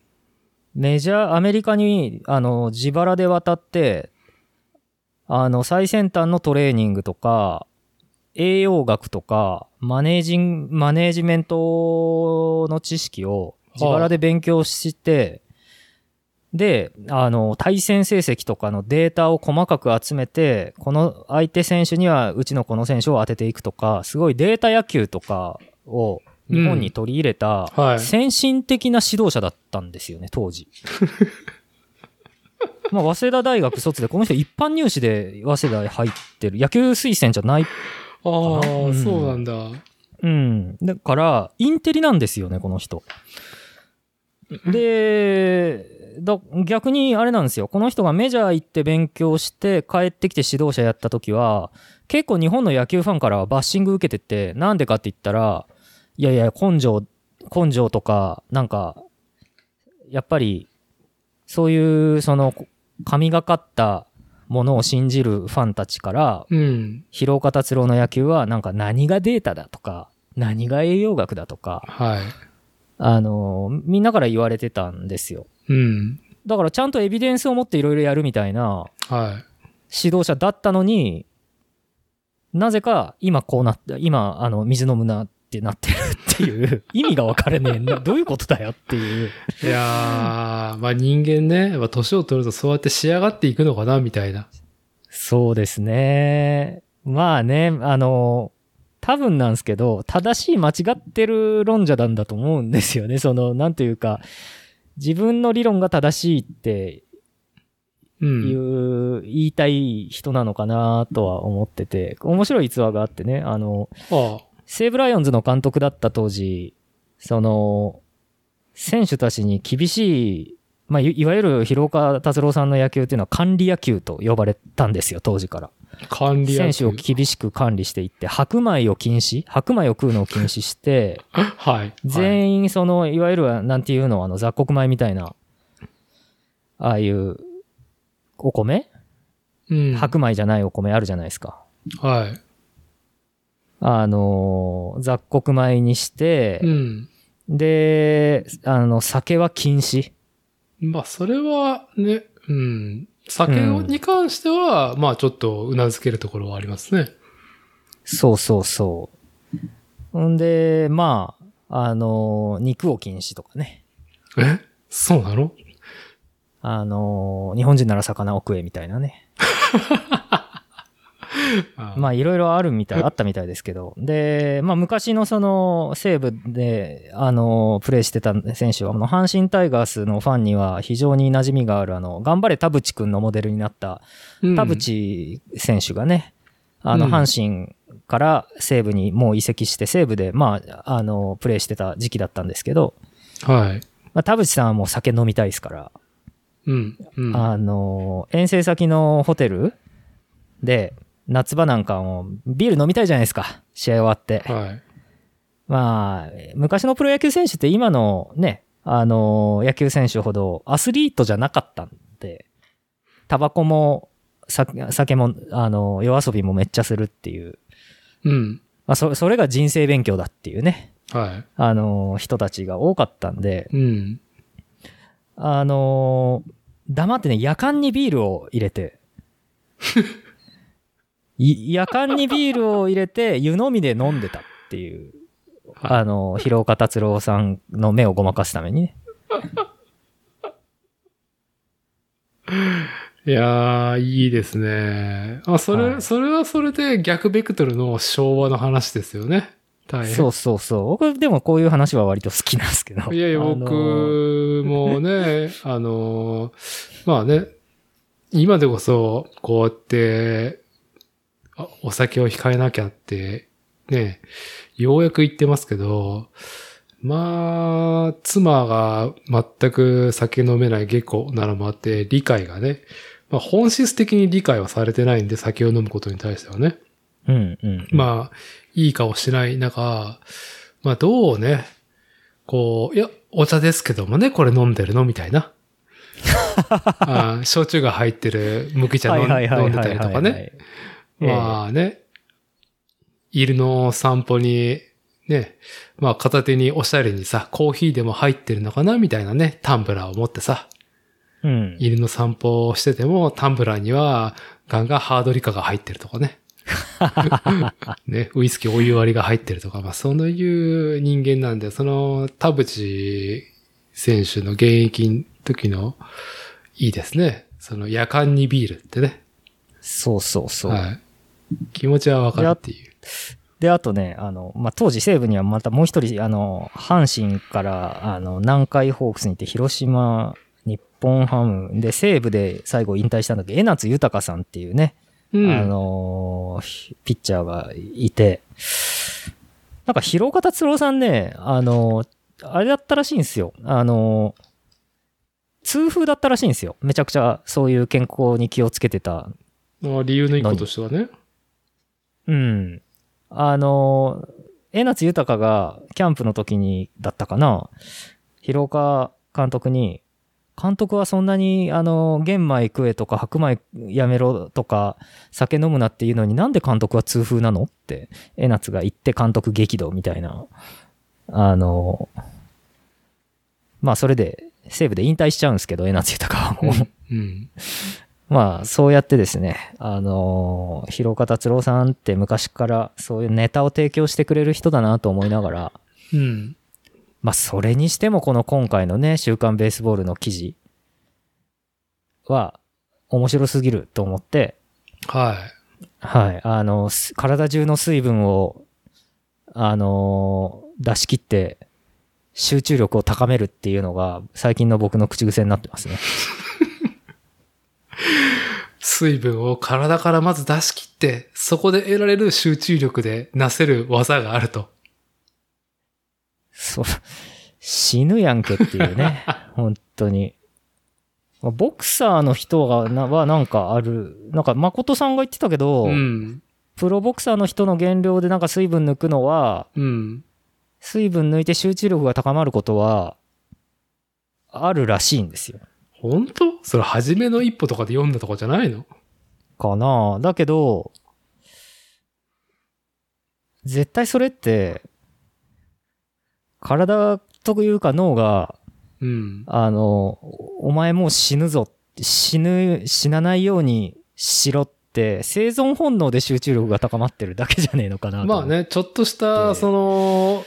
[SPEAKER 2] メジャー、アメリカに、あの、自腹で渡って、あの、最先端のトレーニングとか、栄養学とか、マネージン、マネージメントの知識を自腹で勉強して、で、あの、対戦成績とかのデータを細かく集めて、この相手選手にはうちのこの選手を当てていくとか、すごいデータ野球とかを日本に取り入れた
[SPEAKER 1] うんはい、
[SPEAKER 2] 先進的な指導者だったんですよね、当時。まあ、早稲田大学卒で、この人一般入試で早稲田入ってる。野球推薦じゃない。
[SPEAKER 1] ああ
[SPEAKER 2] う
[SPEAKER 1] ー、
[SPEAKER 2] ん
[SPEAKER 1] そうなんだ。
[SPEAKER 2] うん。だから、インテリなんですよね、この人。で、だ逆にあれなんですよ。この人がメジャー行って勉強して帰ってきて指導者やった時は、結構日本の野球ファンからはバッシング受けてて、なんでかって言ったら、いやいや、根性、根性とか、なんか、やっぱり、そういう、その、神がかったものを信じるファンたちから、
[SPEAKER 1] うん。
[SPEAKER 2] 広岡達郎の野球はなんか何がデータだとか何が栄養学だとか
[SPEAKER 1] はい。
[SPEAKER 2] あのーみんなから言われてたんですよ
[SPEAKER 1] うん。
[SPEAKER 2] だからちゃんとエビデンスを持っていろいろやるみたいな
[SPEAKER 1] はい。
[SPEAKER 2] 指導者だったのになぜか今こうなって今あの水飲むなってなってるっていう意味が分かれねえなどういうことだよっていう
[SPEAKER 1] いやー、まあ人間ね、まあ年を取るとそうやって仕上がっていくのかな、みたいな。
[SPEAKER 2] そうですね。まあね、あの、多分なんですけど、正しい間違ってる論者なんだと思うんですよね。 その、なんというか、自分の理論が正しいって
[SPEAKER 1] う
[SPEAKER 2] い
[SPEAKER 1] ん。
[SPEAKER 2] う、言いたい人なのかなとは思ってて、面白い逸話があってね、あの、
[SPEAKER 1] あ
[SPEAKER 2] 西武ライオンズの監督だった当時、その、選手たちに厳しい、まあ、いいわゆる広岡達郎さんの野球っていうのは管理野球と呼ばれたんですよ、当時から。
[SPEAKER 1] あ、管理
[SPEAKER 2] 選
[SPEAKER 1] 役
[SPEAKER 2] 手を厳しく管理していって、白米を禁止白米を食うのを禁止して、
[SPEAKER 1] はい。はい。
[SPEAKER 2] 全員その、いわゆる、なんていうの、あの、雑穀米みたいな、ああいう、お米
[SPEAKER 1] うん。
[SPEAKER 2] 白米じゃないお米あるじゃないですか。
[SPEAKER 1] はい。
[SPEAKER 2] あのー、雑穀米にして
[SPEAKER 1] う、ん。
[SPEAKER 2] で、あの、酒は禁止。
[SPEAKER 1] まあそれはね、うん。酒を
[SPEAKER 2] うん
[SPEAKER 1] に関しては、まあちょっとうなずけるところはありますね。
[SPEAKER 2] そうそうそう。んで、まあ、あの、肉を禁止とかね。
[SPEAKER 1] えそうなの
[SPEAKER 2] あの、日本人なら魚を食えみたいなね。
[SPEAKER 1] あ
[SPEAKER 2] まあ、いろいろあるみたい、あったみたいですけど。で、まあ、昔のその、西部で、あの、プレーしてた選手は、あの、阪神タイガースのファンには非常に馴染みがある、あの、頑張れ田淵くんのモデルになった、
[SPEAKER 1] うん
[SPEAKER 2] 田淵選手がね、あの
[SPEAKER 1] うん
[SPEAKER 2] 阪神から西武にもう移籍して、西武で、まあ、あのプレーしてた時期だったんですけど、
[SPEAKER 1] はい。
[SPEAKER 2] まあ、田淵さんはもう酒飲みたいですから、
[SPEAKER 1] うん。うん。
[SPEAKER 2] あの遠征先のホテルで、夏場なんかもビール飲みたいじゃないですか、試合終わって。
[SPEAKER 1] はい。
[SPEAKER 2] まあ、昔のプロ野球選手って今のね、あの野球選手ほどアスリートじゃなかったんで、タバコもさ酒も、あの夜遊びもめっちゃするっていう、
[SPEAKER 1] うん。
[SPEAKER 2] まあそ、それが人生勉強だっていうね、
[SPEAKER 1] は
[SPEAKER 2] あの人たちが多かったんで、
[SPEAKER 1] い。うん。
[SPEAKER 2] あの黙ってね、夜間にビールを入 れて、い夜間にビールを入れて、湯飲みで飲んでたっていう、
[SPEAKER 1] はい
[SPEAKER 2] あの、広岡達郎さんの目をごまかすためにね。
[SPEAKER 1] いやー、いいですね。あ、それ、
[SPEAKER 2] はい
[SPEAKER 1] それはそれで逆ベクトルの昭和の話ですよね。大変。
[SPEAKER 2] そうそうそう。僕、でもこういう話は割と好きなんですけど。
[SPEAKER 1] いやいや、
[SPEAKER 2] あの
[SPEAKER 1] 僕もね、 あの、まあね、今でこそ、こうやって、あお酒を控えなきゃって、ね、ようやく言ってますけど、まあ、妻が全く酒飲めない下戸なのもあって、理解がね、まあ本質的に理解はされてないんで、酒を飲むことに対してはね。
[SPEAKER 2] うんうん。
[SPEAKER 1] まあ、いい顔しない中、まあ、どうね、こう、いや、お茶ですけどもね、これ飲んでるのみたいな。 あー焼酎が入ってる麦茶
[SPEAKER 2] は
[SPEAKER 1] 飲ん
[SPEAKER 2] いはいはい
[SPEAKER 1] 飲んで
[SPEAKER 2] は
[SPEAKER 1] た
[SPEAKER 2] い
[SPEAKER 1] り
[SPEAKER 2] は
[SPEAKER 1] と
[SPEAKER 2] い
[SPEAKER 1] かね。
[SPEAKER 2] ええ
[SPEAKER 1] まあね、犬の散歩に、ね、まあ片手におしゃれにさ、コーヒーでも入ってるのかなみたいなね、タンブラーを持ってさ、
[SPEAKER 2] うん。
[SPEAKER 1] 犬の散歩をしてても、タンブラーにはガンガンハードリカが入ってるとか ね。ね、ウイスキーお湯割りが入ってるとか、まあ、そういう人間なんで、その、田淵選手の現役の時の、いいですね。その、夜間にビールってね。
[SPEAKER 2] そうそうそう。
[SPEAKER 1] はい。気持ちはわかるっていう。
[SPEAKER 2] で、あとね、あの、まあ、当時西武にはまたもう一人、あの、阪神から、あの、南海ホークスに行って、広島、日本ハム、で、西武で最後引退したんだけど、江夏豊さんっていうね、
[SPEAKER 1] うん。
[SPEAKER 2] あのーピッチャーがいて、なんか、広岡達郎さんね、あのーあれだったらしいんですよ。あのー痛風だったらしいんですよ。めちゃくちゃそういう健康に気をつけてた
[SPEAKER 1] まあ理由の一個としては ね。
[SPEAKER 2] うん。あの、江夏豊がキャンプの時にだったかな、広岡監督に、監督はそんなに、あの、玄米食えとか白米やめろとか、酒飲むなっていうのになんで監督は痛風なのって、江夏が言って監督激怒みたいな。あの、まあそれで、西武で引退しちゃうんですけど、江夏豊はもう。
[SPEAKER 1] うん。
[SPEAKER 2] まあ、そうやってですね、あのー広岡達郎さんって昔からそういうネタを提供してくれる人だなと思いながら、
[SPEAKER 1] うん。
[SPEAKER 2] まあ、それにしてもこの今回のね、週刊ベースボールの記事は面白すぎると思って、
[SPEAKER 1] はい。
[SPEAKER 2] はい、あの、す体中の水分を、あのー出し切って、集中力を高めるっていうのが最近の僕の口癖になってますね。
[SPEAKER 1] 水分を体からまず出し切って、そこで得られる集中力でなせる技があると。
[SPEAKER 2] そ、死ぬやんけってい うね。本当に。まあボクサーの人がなはなんかある、なんか誠さんが言ってたけど、
[SPEAKER 1] うん。
[SPEAKER 2] プロボクサーの人の減量でなんか水分抜くのは、
[SPEAKER 1] うん。
[SPEAKER 2] 水分抜いて集中力が高まることは、あるらしいんですよ。
[SPEAKER 1] 本当それ初めの一歩とかで読んだとかじゃないの
[SPEAKER 2] かなあだけど、絶対それって、体というか脳が
[SPEAKER 1] うん。
[SPEAKER 2] あの、おお前もう死ぬぞ、死ぬ、死なないようにしろって、生存本能で集中力が高まってるだけじゃねえのかなと。
[SPEAKER 1] まあ。ね、ちょっとした、
[SPEAKER 2] で
[SPEAKER 1] その、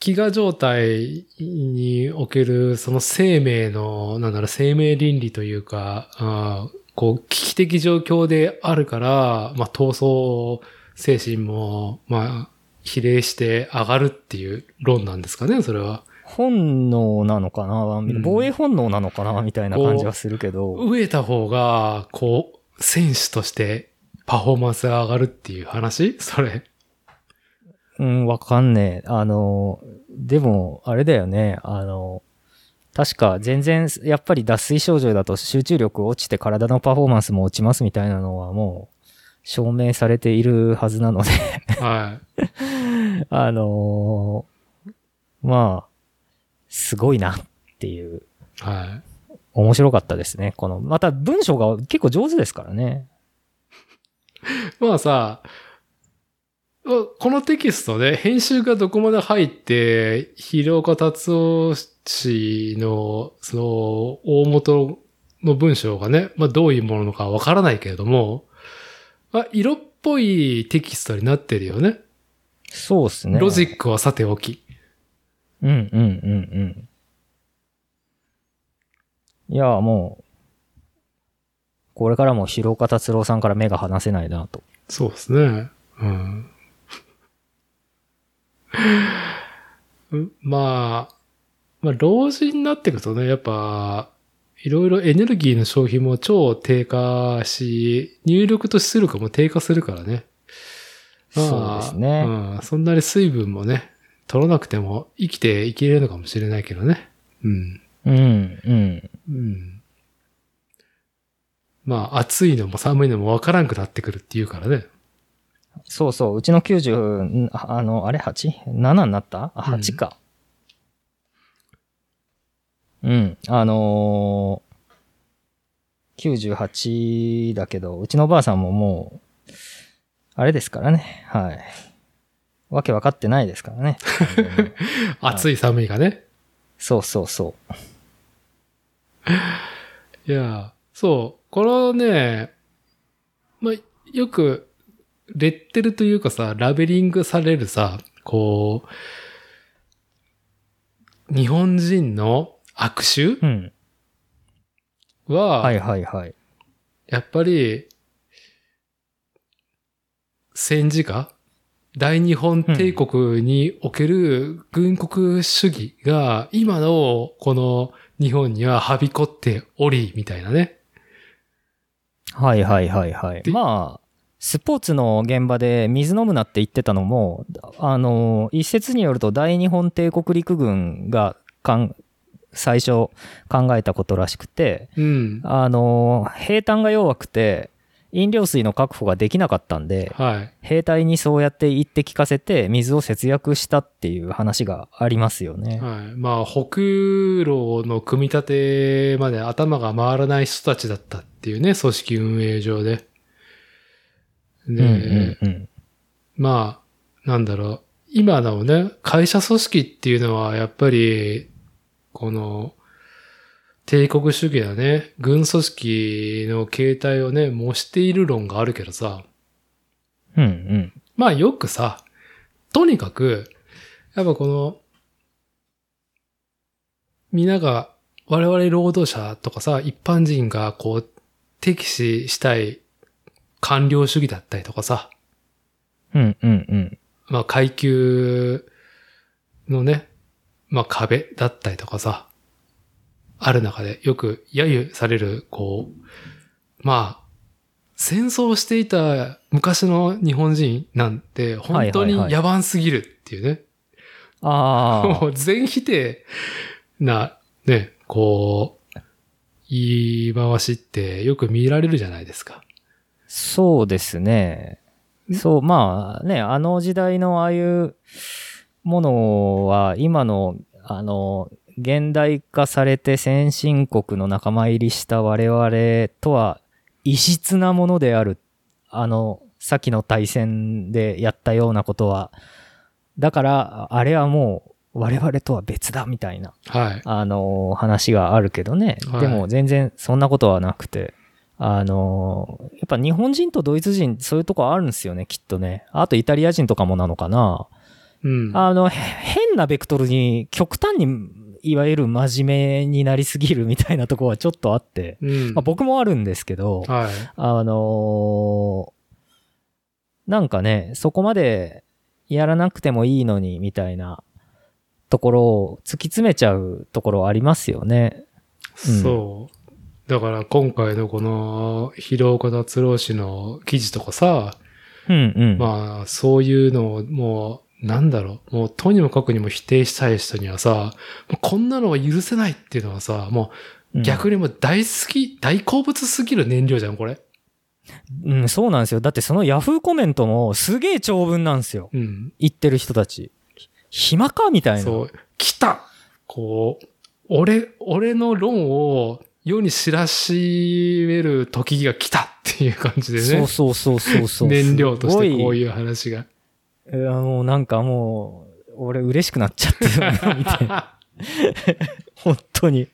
[SPEAKER 1] 飢餓状態における、その生命の、なんだろう、生命倫理というか、あーこう、危機的状況であるから、まあ、闘争精神も、まあ、比例して上がるっていう論なんですかね、それは。
[SPEAKER 2] 本能なのかな、
[SPEAKER 1] ん
[SPEAKER 2] 防衛本能なのかなみたいな感じはするけど。
[SPEAKER 1] 飢えた方が、こう、選手としてパフォーマンスが上がるっていう話それ。
[SPEAKER 2] うん、わかんねえ。あの、でも、あれだよね。あの、確か全然、やっぱり脱水症状だと集中力落ちて体のパフォーマンスも落ちますみたいなのはもう証明されているはずなので、
[SPEAKER 1] は
[SPEAKER 2] あの、まあ、すごいなっていう、
[SPEAKER 1] い。はい。
[SPEAKER 2] 面白かったですね。この、また文章が結構上手ですからね。
[SPEAKER 1] まあさ、うこのテキストね、編集がどこまで入って、広岡達夫氏の、その、大元の文章がね、まあどういうものかわからないけれども、まあ色っぽいテキストになってるよね。
[SPEAKER 2] そうっすね。
[SPEAKER 1] ロジックはさておき。
[SPEAKER 2] うんうんうんうん。いや、もう、これからも広岡達郎さんから目が離せないなと。
[SPEAKER 1] そうですね。うん。 うんまあ、まあ、老人になっていくとね、やっぱ、いろいろエネルギーの消費も超低下し、入力と出力も低下するからね。
[SPEAKER 2] そうですね
[SPEAKER 1] うん。そんなに水分もね、取らなくても生きていけるのかもしれないけどね。うん。
[SPEAKER 2] うんうん。
[SPEAKER 1] うん。まあ、暑いのも寒いのもわからんくなってくるっていうからね。
[SPEAKER 2] そうそう、うちの90、んあの、あれ 8?7 になったあ、
[SPEAKER 1] うん
[SPEAKER 2] 8か。うん、あのー、98だけど、うちのおばあさんももう、あれですからね。はい。わけわかってないですから ね。完全に
[SPEAKER 1] 暑い寒いがね。
[SPEAKER 2] そうそうそう。
[SPEAKER 1] いや、そう。このね、まあ、よく、レッテルというかさ、ラベリングされるさ、こう、日本人の悪臭
[SPEAKER 2] うん。
[SPEAKER 1] は、
[SPEAKER 2] はいはいはい。
[SPEAKER 1] やっぱり、戦時下大日本帝国における軍国主義が今のこの日本にははびこっており、みたいなね。
[SPEAKER 2] はいはいはいはい。
[SPEAKER 1] で
[SPEAKER 2] まあ、スポーツの現場で水飲むなって言ってたのも、あの、一説によると大日本帝国陸軍がかん最初考えたことらしくて、
[SPEAKER 1] うん。
[SPEAKER 2] あの、兵隊が弱くて、飲料水の確保ができなかったんで、
[SPEAKER 1] はい。
[SPEAKER 2] 兵隊にそうやって言って聞かせて、水を節約したっていう話がありますよね。
[SPEAKER 1] はい。まあ、北路の組み立てまで頭が回らない人たちだったっていうね、組織運営上で。
[SPEAKER 2] うん
[SPEAKER 1] で、
[SPEAKER 2] うんうん。
[SPEAKER 1] まあ、なんだろう。今のね、会社組織っていうのはやっぱり、この、帝国主義だね、軍組織の形態をね、模している論があるけどさ、
[SPEAKER 2] うんうん。
[SPEAKER 1] まあよくさ、とにかく、やっぱこの、皆が、我々労働者とかさ、一般人がこう、敵視したい官僚主義だったりとかさ、
[SPEAKER 2] うんうんうん。
[SPEAKER 1] まあ階級のね、まあ壁だったりとかさ、ある中でよく揶揄される、こう、まあ、戦争していた昔の日本人なんて本当に
[SPEAKER 2] はいはいは
[SPEAKER 1] 野蛮すぎるっていうね、
[SPEAKER 2] ああ。
[SPEAKER 1] もう全否定な、ね、こう、言い回しってよく見られるじゃないですか。
[SPEAKER 2] そうですね。
[SPEAKER 1] ん
[SPEAKER 2] そう、まあね、あの時代のああいうものは、今の、あの、現代化されて先進国の仲間入りした我々とは異質なものである。あの、さっきの対戦でやったようなことは。だから、あれはもう我々とは別だみたいな。
[SPEAKER 1] はい。
[SPEAKER 2] あの話があるけどね、
[SPEAKER 1] はい
[SPEAKER 2] でも全然そんなことはなくてあのやっぱ日本人とドイツ人そういうとこあるんですよねきっとねあとイタリア人とかもなのかな、
[SPEAKER 1] うん。
[SPEAKER 2] あのへ変変なベクトルに極端にいわゆる真面目になりすぎるみたいなとこはちょっとあって、
[SPEAKER 1] うん
[SPEAKER 2] まあ、。僕もあるんですけど、
[SPEAKER 1] はい。
[SPEAKER 2] あのーなんかね、そこまでやらなくてもいいのにみたいなところを突き詰めちゃうところありますよね。うん
[SPEAKER 1] そう。だから今回のこの、広岡達郎氏の記事とかさ、
[SPEAKER 2] うんうん。
[SPEAKER 1] まあ、そういうのをもう、なんだろう、もうとにもかくにも否定したい人にはさ、もうこんなのは許せないっていうのはさ、も
[SPEAKER 2] う
[SPEAKER 1] うん逆にもう大好き、大好物すぎる燃料じゃん、これ。
[SPEAKER 2] うん、そうなんですよ。だってそのヤフーコメントもすげえ長文なんですよ。
[SPEAKER 1] うん。
[SPEAKER 2] 言ってる人たち。暇かみたいな。
[SPEAKER 1] そう、来たこう、俺、俺の論を世に知らしめる時が来たっていう感じでね。
[SPEAKER 2] そうそうそうそうそう。
[SPEAKER 1] 燃料としてこう
[SPEAKER 2] う。
[SPEAKER 1] いう話が。
[SPEAKER 2] いやもうなんかもう、俺嬉しくなっちゃってるな、みたいな。本当に。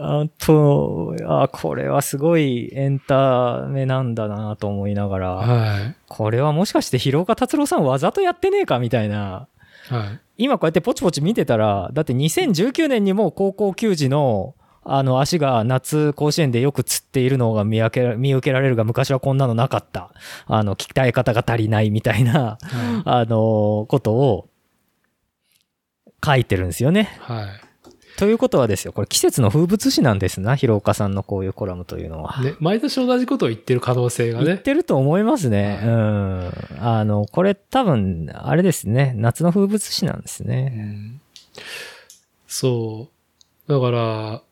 [SPEAKER 2] あと、あ、これはすごいエンタメなんだなと思いながら、
[SPEAKER 1] は
[SPEAKER 2] これはもしかして広岡達郎さんわざとやってねえかみたいな。
[SPEAKER 1] い。はい。
[SPEAKER 2] 今こうやってポチポチ見てたら、だって2019年にもう高校球児の、あの足が夏甲子園でよく釣っているのが見分け見受けられるが昔はこんなのなかった。あの、鍛え方が足りないみたいな、
[SPEAKER 1] は
[SPEAKER 2] あの、ことを書いてるんですよね。
[SPEAKER 1] い。はい
[SPEAKER 2] ということはですよ、これ季節の風物詩なんですな、広岡さんのこういうコラムというのは。
[SPEAKER 1] ね、毎年同じことを言ってる可能性が
[SPEAKER 2] 言っ
[SPEAKER 1] ね。
[SPEAKER 2] てると思いますね。
[SPEAKER 1] はい
[SPEAKER 2] うん。あの、これ多分、あれですね、夏の風物詩なんですね。
[SPEAKER 1] うんそう。だから、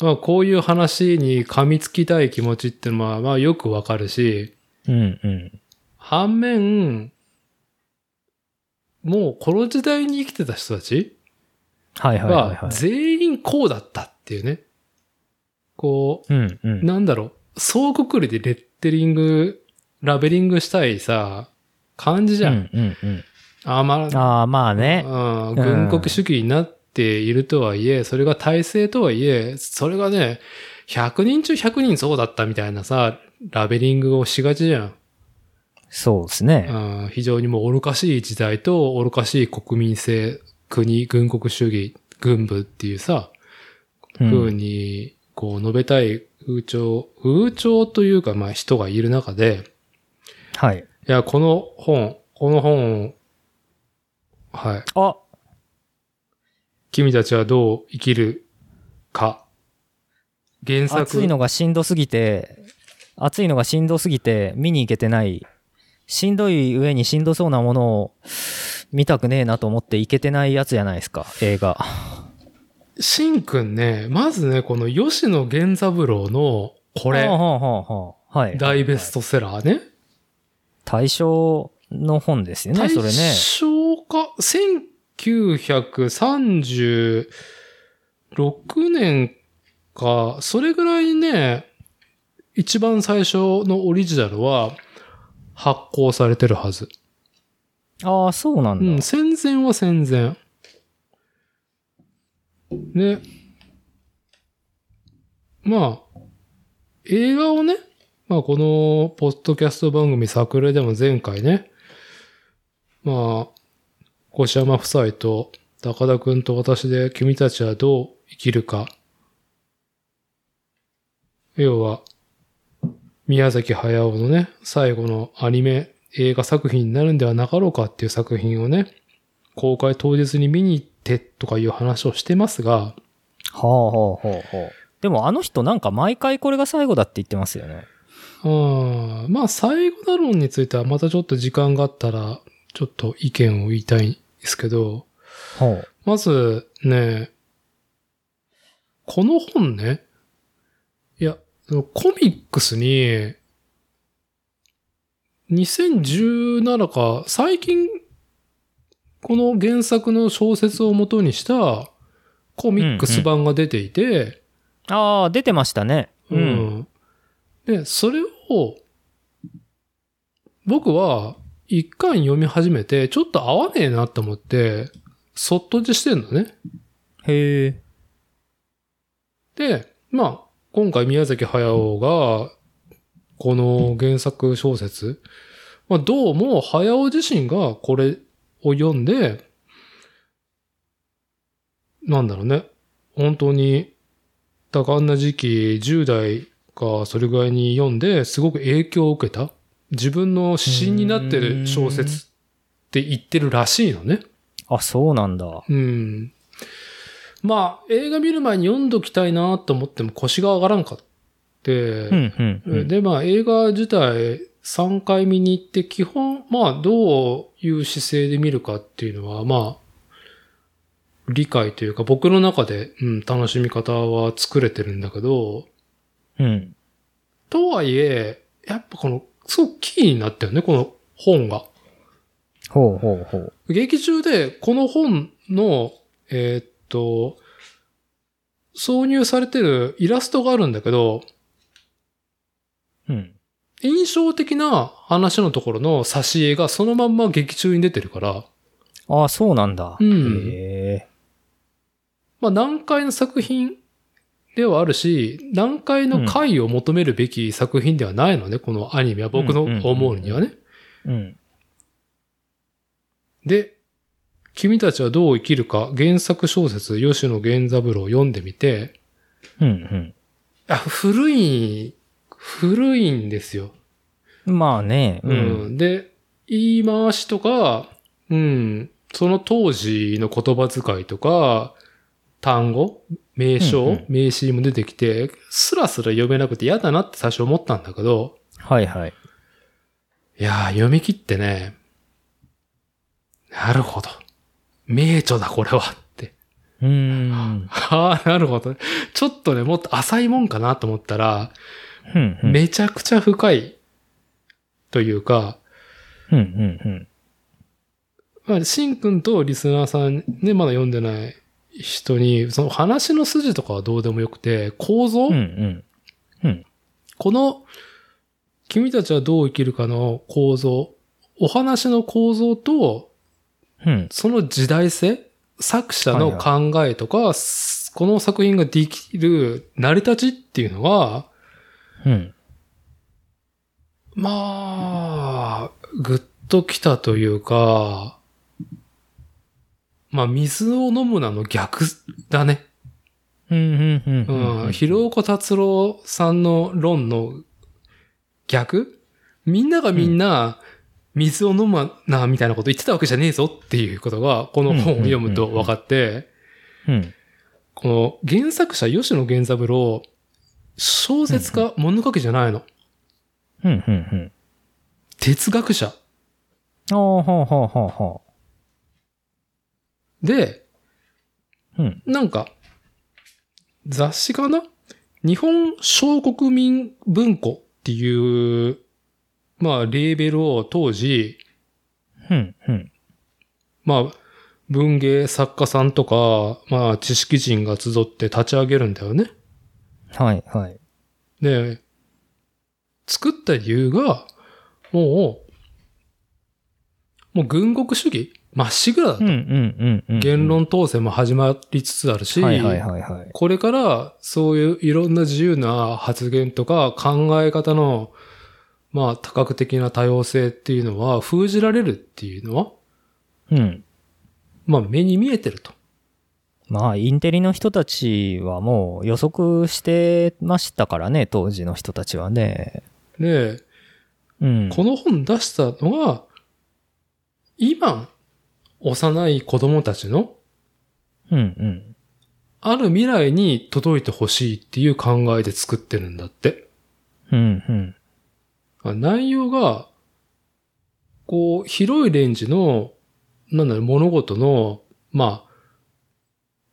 [SPEAKER 1] まあこういう話に噛みつきたい気持ちってのは、まあよくわかるし、
[SPEAKER 2] うんうん。
[SPEAKER 1] 反面、もうこの時代に生きてた人たち
[SPEAKER 2] はいはいはい、
[SPEAKER 1] は
[SPEAKER 2] はい。
[SPEAKER 1] 全員こうだったっていうね。こ
[SPEAKER 2] うんう
[SPEAKER 1] う、
[SPEAKER 2] ん。
[SPEAKER 1] なんだろう、総括りでレッテリング、ラベリングしたいさ、感じじゃん。
[SPEAKER 2] うんうんうん。
[SPEAKER 1] あ、まあ、
[SPEAKER 2] ああ、まあね。
[SPEAKER 1] うん軍国主義になっているとはいえ、それが体制とはいえ、それがね、100人中100人そうだったみたいなさ、ラベリングをしがちじゃん。
[SPEAKER 2] そうですね。
[SPEAKER 1] うん非常にもう愚かしい時代と愚かしい国民性、国、軍国主義、軍部っていうさ、
[SPEAKER 2] うん
[SPEAKER 1] 風に、こう述べたい風潮、風潮というか、まあ人がいる中で、
[SPEAKER 2] はい。
[SPEAKER 1] いや、この本、この本を、はい。
[SPEAKER 2] あ、
[SPEAKER 1] 君たちはどう生きるか。原作。
[SPEAKER 2] 暑いのがしんどすぎて、暑いのがしんどすぎて見に行けてない。しんどい上にしんどそうなものを見たくねえなと思って行けてないやつじゃないですか、映画。
[SPEAKER 1] しんくんね、まずね、この吉野源三郎の、こ
[SPEAKER 2] ほう
[SPEAKER 1] れ、
[SPEAKER 2] ほうほうほうはい。
[SPEAKER 1] 大ベス
[SPEAKER 2] ト。
[SPEAKER 1] トセラーね。
[SPEAKER 2] 大賞の本ですよね、
[SPEAKER 1] 大
[SPEAKER 2] それね。
[SPEAKER 1] 正か、1936年か、それぐらいにね、一番最初のオリジナルは発行されてるはず。
[SPEAKER 2] ああ、そうなんだ。
[SPEAKER 1] うん、戦前は戦前。ね。まあ、映画をね、まあこのポッドキャスト番組桜でも前回ね、まあ、越山夫妻と高田くんと私で君たちはどう生きるか。要は、宮崎駿のね、最後のアニメ映画作品になるんではなかろうかっていう作品をね、公開当日に見に行ってとかいう話をしてますが、
[SPEAKER 2] はあはあはあはあ。でもあの人なんか毎回これが最後だって言ってますよね。
[SPEAKER 1] うんまあ最後だ論についてはまたちょっと時間があったら、ちょっと意見を言いたいんですけど、
[SPEAKER 2] ほう。
[SPEAKER 1] まずね、この本ね、いや、そのコミックスに、2017か、最近、この原作の小説を元にしたコミックス版が出ていて、
[SPEAKER 2] ああ、出てましたね。う。
[SPEAKER 1] うんんで、それを、僕は一巻読み始めて、ちょっと合わねえなと思って、そっとじしてんのね。
[SPEAKER 2] へえ。
[SPEAKER 1] で、まあ、今回宮崎駿が、この原作小説、まあ、どうも駿自身がこれを読んで、なんだろうね。本当に、多感な時期、10代か、それぐらいに読んで、すごく影響を受けた。自分の指針になってる小説って言ってるらしいのね。
[SPEAKER 2] あ、そうなんだ。
[SPEAKER 1] うん。まあ、映画見る前に読んどきたいなと思っても腰が上がらんかって、
[SPEAKER 2] うん、うんうん。
[SPEAKER 1] で、まあ、映画自体3回見に行って、基本、まあ、どういう姿勢で見るかっていうのは、まあ、理解というか、僕の中で、うん、楽しみ方は作れてるんだけど、
[SPEAKER 2] うん。
[SPEAKER 1] とはいえ、やっぱこの、すごくキーになったよね、この本が。
[SPEAKER 2] ほうほうほう。
[SPEAKER 1] 劇中で、この本の、えーっと、挿入されてるイラストがあるんだけど、
[SPEAKER 2] うん。
[SPEAKER 1] 印象的な話のところの挿絵がそのまんま劇中に出てるから、
[SPEAKER 2] あ、そうなんだ。
[SPEAKER 1] うん
[SPEAKER 2] へえ。
[SPEAKER 1] まあ難解の作品ではあるし、難解の解を求めるべき作品ではないのね、このアニメは僕の思うにはね。
[SPEAKER 2] うん。
[SPEAKER 1] で、君たちはどう生きるか原作小説吉野源三郎を読んでみて、
[SPEAKER 2] うん、
[SPEAKER 1] あ、古い、古いんですよ。
[SPEAKER 2] うん。まあね。う。
[SPEAKER 1] うんん。で、言い回しとか、うん、その当時の言葉遣いとか、単語、名称、
[SPEAKER 2] うんうん
[SPEAKER 1] 名詞も出てきて、スラスラ読めなくて嫌だなって最初思ったんだけど、
[SPEAKER 2] はいはい。
[SPEAKER 1] いやー、読み切ってね、なるほど。名著だ、これは。 って。
[SPEAKER 2] うーん。
[SPEAKER 1] ああ、なるほどね。ちょっとね、もっと浅いもんかなと思ったら、
[SPEAKER 2] うん、うん。
[SPEAKER 1] めちゃくちゃ深い。というか、
[SPEAKER 2] うん、うん、うん。
[SPEAKER 1] まあ、しんくんとリスナーさんね、まだ読んでない人に、その話の筋とかはどうでもよくて、構造、
[SPEAKER 2] うん、うん。
[SPEAKER 1] この、君たちはどう生きるかの構造、お話の構造と、
[SPEAKER 2] うん。
[SPEAKER 1] その時代性、作者の考えとか、すこの作品ができる成り立ちっていうのが、
[SPEAKER 2] うん。
[SPEAKER 1] まあ、ぐっときたというか、まあ、水を飲むなの逆だね。
[SPEAKER 2] うん、うん、う。
[SPEAKER 1] うん
[SPEAKER 2] うん
[SPEAKER 1] ん、広岡達郎さんの論の逆みんながみんな、水を飲まな、みたいなこと言ってたわけじゃねえぞっていうことが、この本を読むと分かって、
[SPEAKER 2] うん。
[SPEAKER 1] この原作者吉野源三郎、小説家、物書きじゃないの。
[SPEAKER 2] うん、うん、うん。
[SPEAKER 1] 哲学者。
[SPEAKER 2] ああ、ほうほうほうほ
[SPEAKER 1] で、
[SPEAKER 2] う。うん。
[SPEAKER 1] なんか、雑誌かな日本小国民文庫っていう、まあ、レーベルを当時、
[SPEAKER 2] うん、うん。
[SPEAKER 1] まあ、文芸作家さんとか、まあ、知識人が集って立ち上げるんだよね。
[SPEAKER 2] はい、はい。
[SPEAKER 1] で、作った理由が、もう、もう軍国主義まっしぐらだ
[SPEAKER 2] うん、うん、うん、うん。
[SPEAKER 1] 言論統制も始まりつつあるし、
[SPEAKER 2] はい、はい、はい、はい。
[SPEAKER 1] これからそういういろんな自由な発言とか考え方の、まあ、多角的な多様性っていうのは封じられるっていうのは、
[SPEAKER 2] うん。
[SPEAKER 1] まあ、目に見えてると。
[SPEAKER 2] まあ、インテリの人たちはもう予測してましたからね、当時の人たちはね。
[SPEAKER 1] で、
[SPEAKER 2] うん。
[SPEAKER 1] この本出したのが、今、幼い子供たちの
[SPEAKER 2] うん、うん。
[SPEAKER 1] ある未来に届いてほしいっていう考えで作ってるんだって。
[SPEAKER 2] うん、うん。
[SPEAKER 1] 内容が、こう、広いレンジの、なんだろう、物事の、まあ、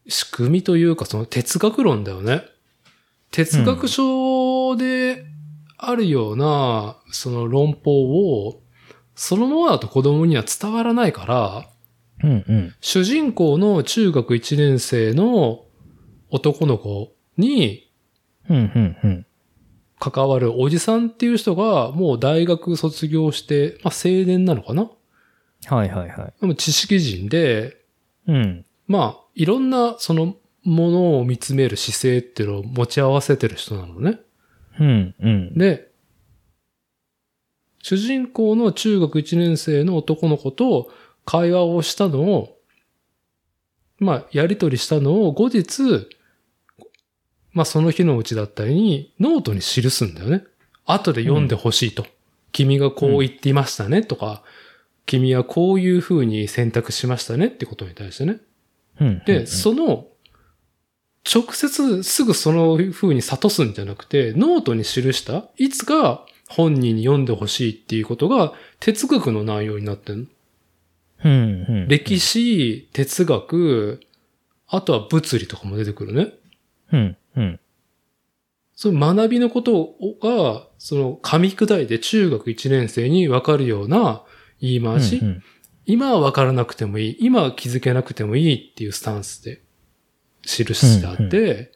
[SPEAKER 1] 仕組みというか、その哲学論だよね。哲学書であるような、その論法を、そのままだと子供には伝わらないから、
[SPEAKER 2] うん、うん。
[SPEAKER 1] 主人公の中学1年生の男の子に、
[SPEAKER 2] うん、うん、うん。
[SPEAKER 1] 関わるおじさんっていう人が、もう大学卒業して、まあ青年なのかな
[SPEAKER 2] はい、はい、はい。
[SPEAKER 1] でも知識人で、
[SPEAKER 2] うん。
[SPEAKER 1] まあ、いろんなそのものを見つめる姿勢っていうのを持ち合わせてる人なのね。
[SPEAKER 2] うん、うん。
[SPEAKER 1] で、主人公の中学1年生の男の子と会話をしたのを、まあ、やりとりしたのを後日、まあ、その日のうちだったりに、ノートに記すんだよね。後で読んでほしいと。君がこう言っていましたねとか、君はこういうふうに選択しましたねってことに対してね。
[SPEAKER 2] うん。
[SPEAKER 1] で、その、直接すぐその風に諭すんじゃなくて、ノートに記した、いつか本人に読んでほしいっていうことが哲学の内容になってるの。
[SPEAKER 2] うん、うんうん。
[SPEAKER 1] 歴史、哲学、あとは物理とかも出てくるね。
[SPEAKER 2] うん、うん。
[SPEAKER 1] その学びのことが、その噛み砕いて中学1年生にわかるような言い回し、
[SPEAKER 2] うんうん
[SPEAKER 1] 今は分からなくてもいい、今は気づけなくてもいいっていうスタンスで記してあって、
[SPEAKER 2] うんうん
[SPEAKER 1] で、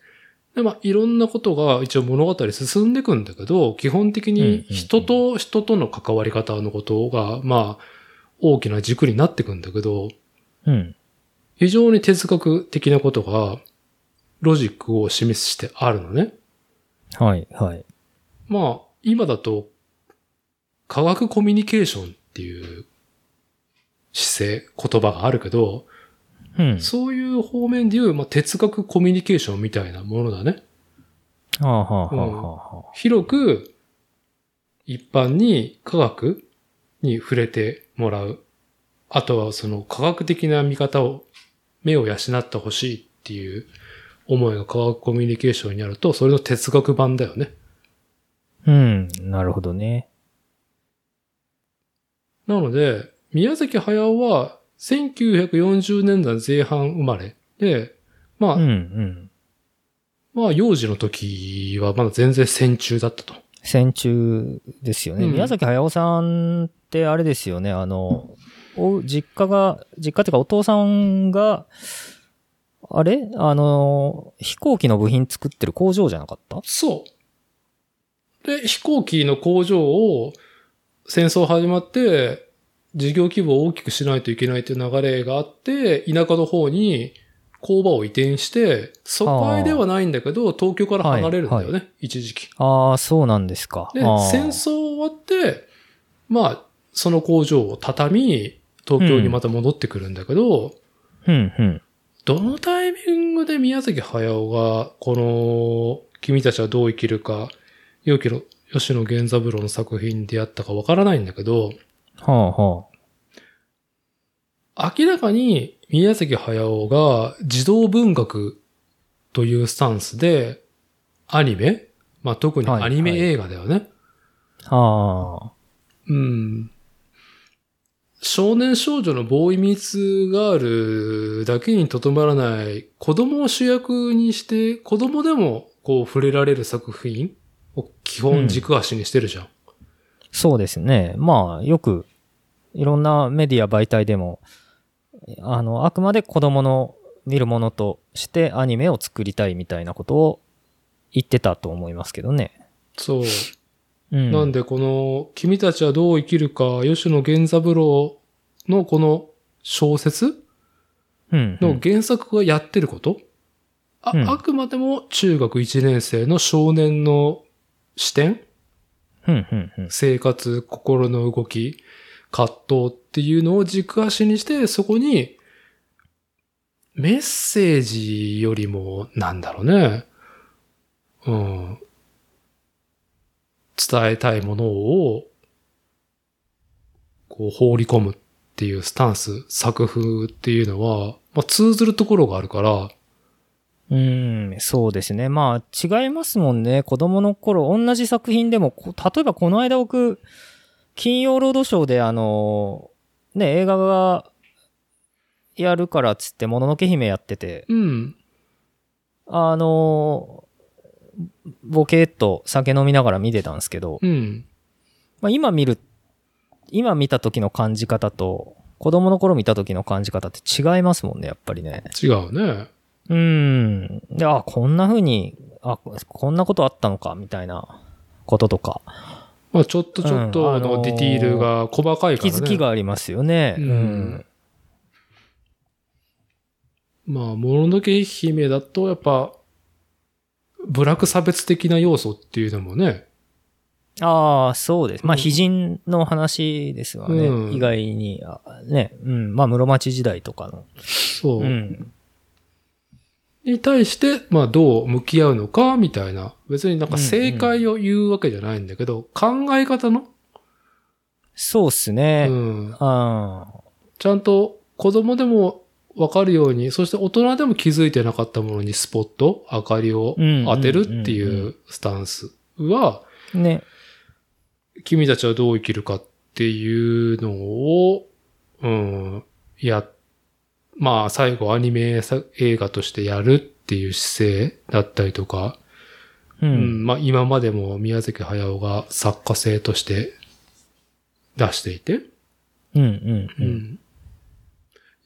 [SPEAKER 1] まあ、いろんなことが一応物語進んでいくんだけど、基本的に人と人との関わり方のことが、まあ、大きな軸になっていくんだけど、
[SPEAKER 2] うん。
[SPEAKER 1] 非常に哲学的なことが、ロジックを示してあるのね。
[SPEAKER 2] はい、はい。
[SPEAKER 1] まあ、今だと、科学コミュニケーションっていう姿勢、言葉があるけど、
[SPEAKER 2] うん。
[SPEAKER 1] そういう方面でいう、まあ、哲学コミュニケーションみたいなものだね。
[SPEAKER 2] はあ、はあ、はあ、は
[SPEAKER 1] 広く、一般に科学に触れてもらう。あとはその科学的な見方を、目を養ってほしいっていう思いが科学コミュニケーションにあると、それの哲学版だよね。
[SPEAKER 2] あ。うん。なるほどね。
[SPEAKER 1] なので、宮崎駿は1940年代前半生まれで、まあ、
[SPEAKER 2] うん、うん。
[SPEAKER 1] まあ幼児の時はまだ全然戦中だったと。
[SPEAKER 2] 戦中ですよね。
[SPEAKER 1] うん
[SPEAKER 2] 宮崎駿さんってあれですよね、あの、お実家が、実家っていうかお父さんが、あれあの、飛行機の部品作ってる工場じゃなかった
[SPEAKER 1] そう。で、飛行機の工場を戦争始まって、事業規模を大きくしないといけないという流れがあって、田舎の方に工場を移転して、疎開ではないんだけど、東京から離れるんだよね、
[SPEAKER 2] は
[SPEAKER 1] 一時期。
[SPEAKER 2] ああ、そうなんですか。
[SPEAKER 1] で
[SPEAKER 2] あ、ー
[SPEAKER 1] 戦争終わって、まあ、その工場を畳み、東京にまた戻ってくるんだけど、
[SPEAKER 2] うん、うん。
[SPEAKER 1] どのタイミングで宮崎駿が、この、君たちはどう生きるか、良きの吉野源三郎の作品でやったかわからないんだけど、
[SPEAKER 2] はあ、は
[SPEAKER 1] 明らかに宮崎駿が児童文学というスタンスで、アニメまあ、特にアニメ映画だよね。
[SPEAKER 2] あ。はあ。
[SPEAKER 1] うん。少年少女のボーイミーツガールだけにとどまらない子供を主役にして子供でもこう触れられる作品を基本軸足にしてるじゃん。
[SPEAKER 2] そうですね。まあ、よく、いろんなメディア媒体でも、あの、あくまで子供の見るものとしてアニメを作りたいみたいなことを言ってたと思いますけどね。
[SPEAKER 1] そう。
[SPEAKER 2] うん。
[SPEAKER 1] なんでこの君たちはどう生きるか吉野源三郎のこの小説
[SPEAKER 2] うん、う
[SPEAKER 1] の
[SPEAKER 2] ん。
[SPEAKER 1] 原作がやってること、あ、
[SPEAKER 2] うん
[SPEAKER 1] あくまでも中学1年生の少年の視点
[SPEAKER 2] うん、うん、うん。
[SPEAKER 1] 生活、心の動き、葛藤っていうのを軸足にして、そこに、メッセージよりも、なんだろうね。うん。伝えたいものを、こう放り込むっていうスタンス、作風っていうのは、まあ通ずるところがあるから、
[SPEAKER 2] うーん、そうですね。まあ、違いますもんね。子供の頃、同じ作品でも、こ例えばこの間僕、金曜ロードショーで、あの、ね、映画が、やるからっつって、もののけ姫やってて、
[SPEAKER 1] うん。
[SPEAKER 2] あの、ボケーっと酒飲みながら見てたんですけど、
[SPEAKER 1] うん。
[SPEAKER 2] まあ、今見る、今見た時の感じ方と、子供の頃見た時の感じ方って違いますもんね、やっぱりね。
[SPEAKER 1] 違うね。
[SPEAKER 2] うーん。で、あ、こんな風に、あ、こんなことあったのか、みたいなこととか。
[SPEAKER 1] まあちょっとちょっ
[SPEAKER 2] うん
[SPEAKER 1] と
[SPEAKER 2] あ
[SPEAKER 1] の
[SPEAKER 2] のー
[SPEAKER 1] ディティールが細かいからね。
[SPEAKER 2] 気づきがありますよね。
[SPEAKER 1] うん。まあ、もののけ姫だと、やっぱ、ブラック差別的な要素っていうのもね、
[SPEAKER 2] ああ、そうです。まあ、
[SPEAKER 1] うん
[SPEAKER 2] 非人の話ですわね。
[SPEAKER 1] うん
[SPEAKER 2] 意外に、あね、うん、まあ、室町時代とかの。
[SPEAKER 1] そう。
[SPEAKER 2] うん。
[SPEAKER 1] に対して、まあ、どう向き合うのか、みたいな。別になんか正解を言うわけじゃないんだけど、考え方の、
[SPEAKER 2] そうっす
[SPEAKER 1] う
[SPEAKER 2] ね。
[SPEAKER 1] ん、
[SPEAKER 2] ああ、
[SPEAKER 1] ちゃんと子供でもわかるように、そして大人でも気づいてなかったものにスポット、明かりを当てるって
[SPEAKER 2] うんうんうん
[SPEAKER 1] いううスタンスは、
[SPEAKER 2] ね。
[SPEAKER 1] 君たちはどう生きるかっていうのを、うん、や、まあ最後アニメ作映画としてやるっていう姿勢だったりとか、
[SPEAKER 2] う。
[SPEAKER 1] うんん、まあ今までも宮崎駿が作家性として出していて、
[SPEAKER 2] うん、うん、う。
[SPEAKER 1] うんん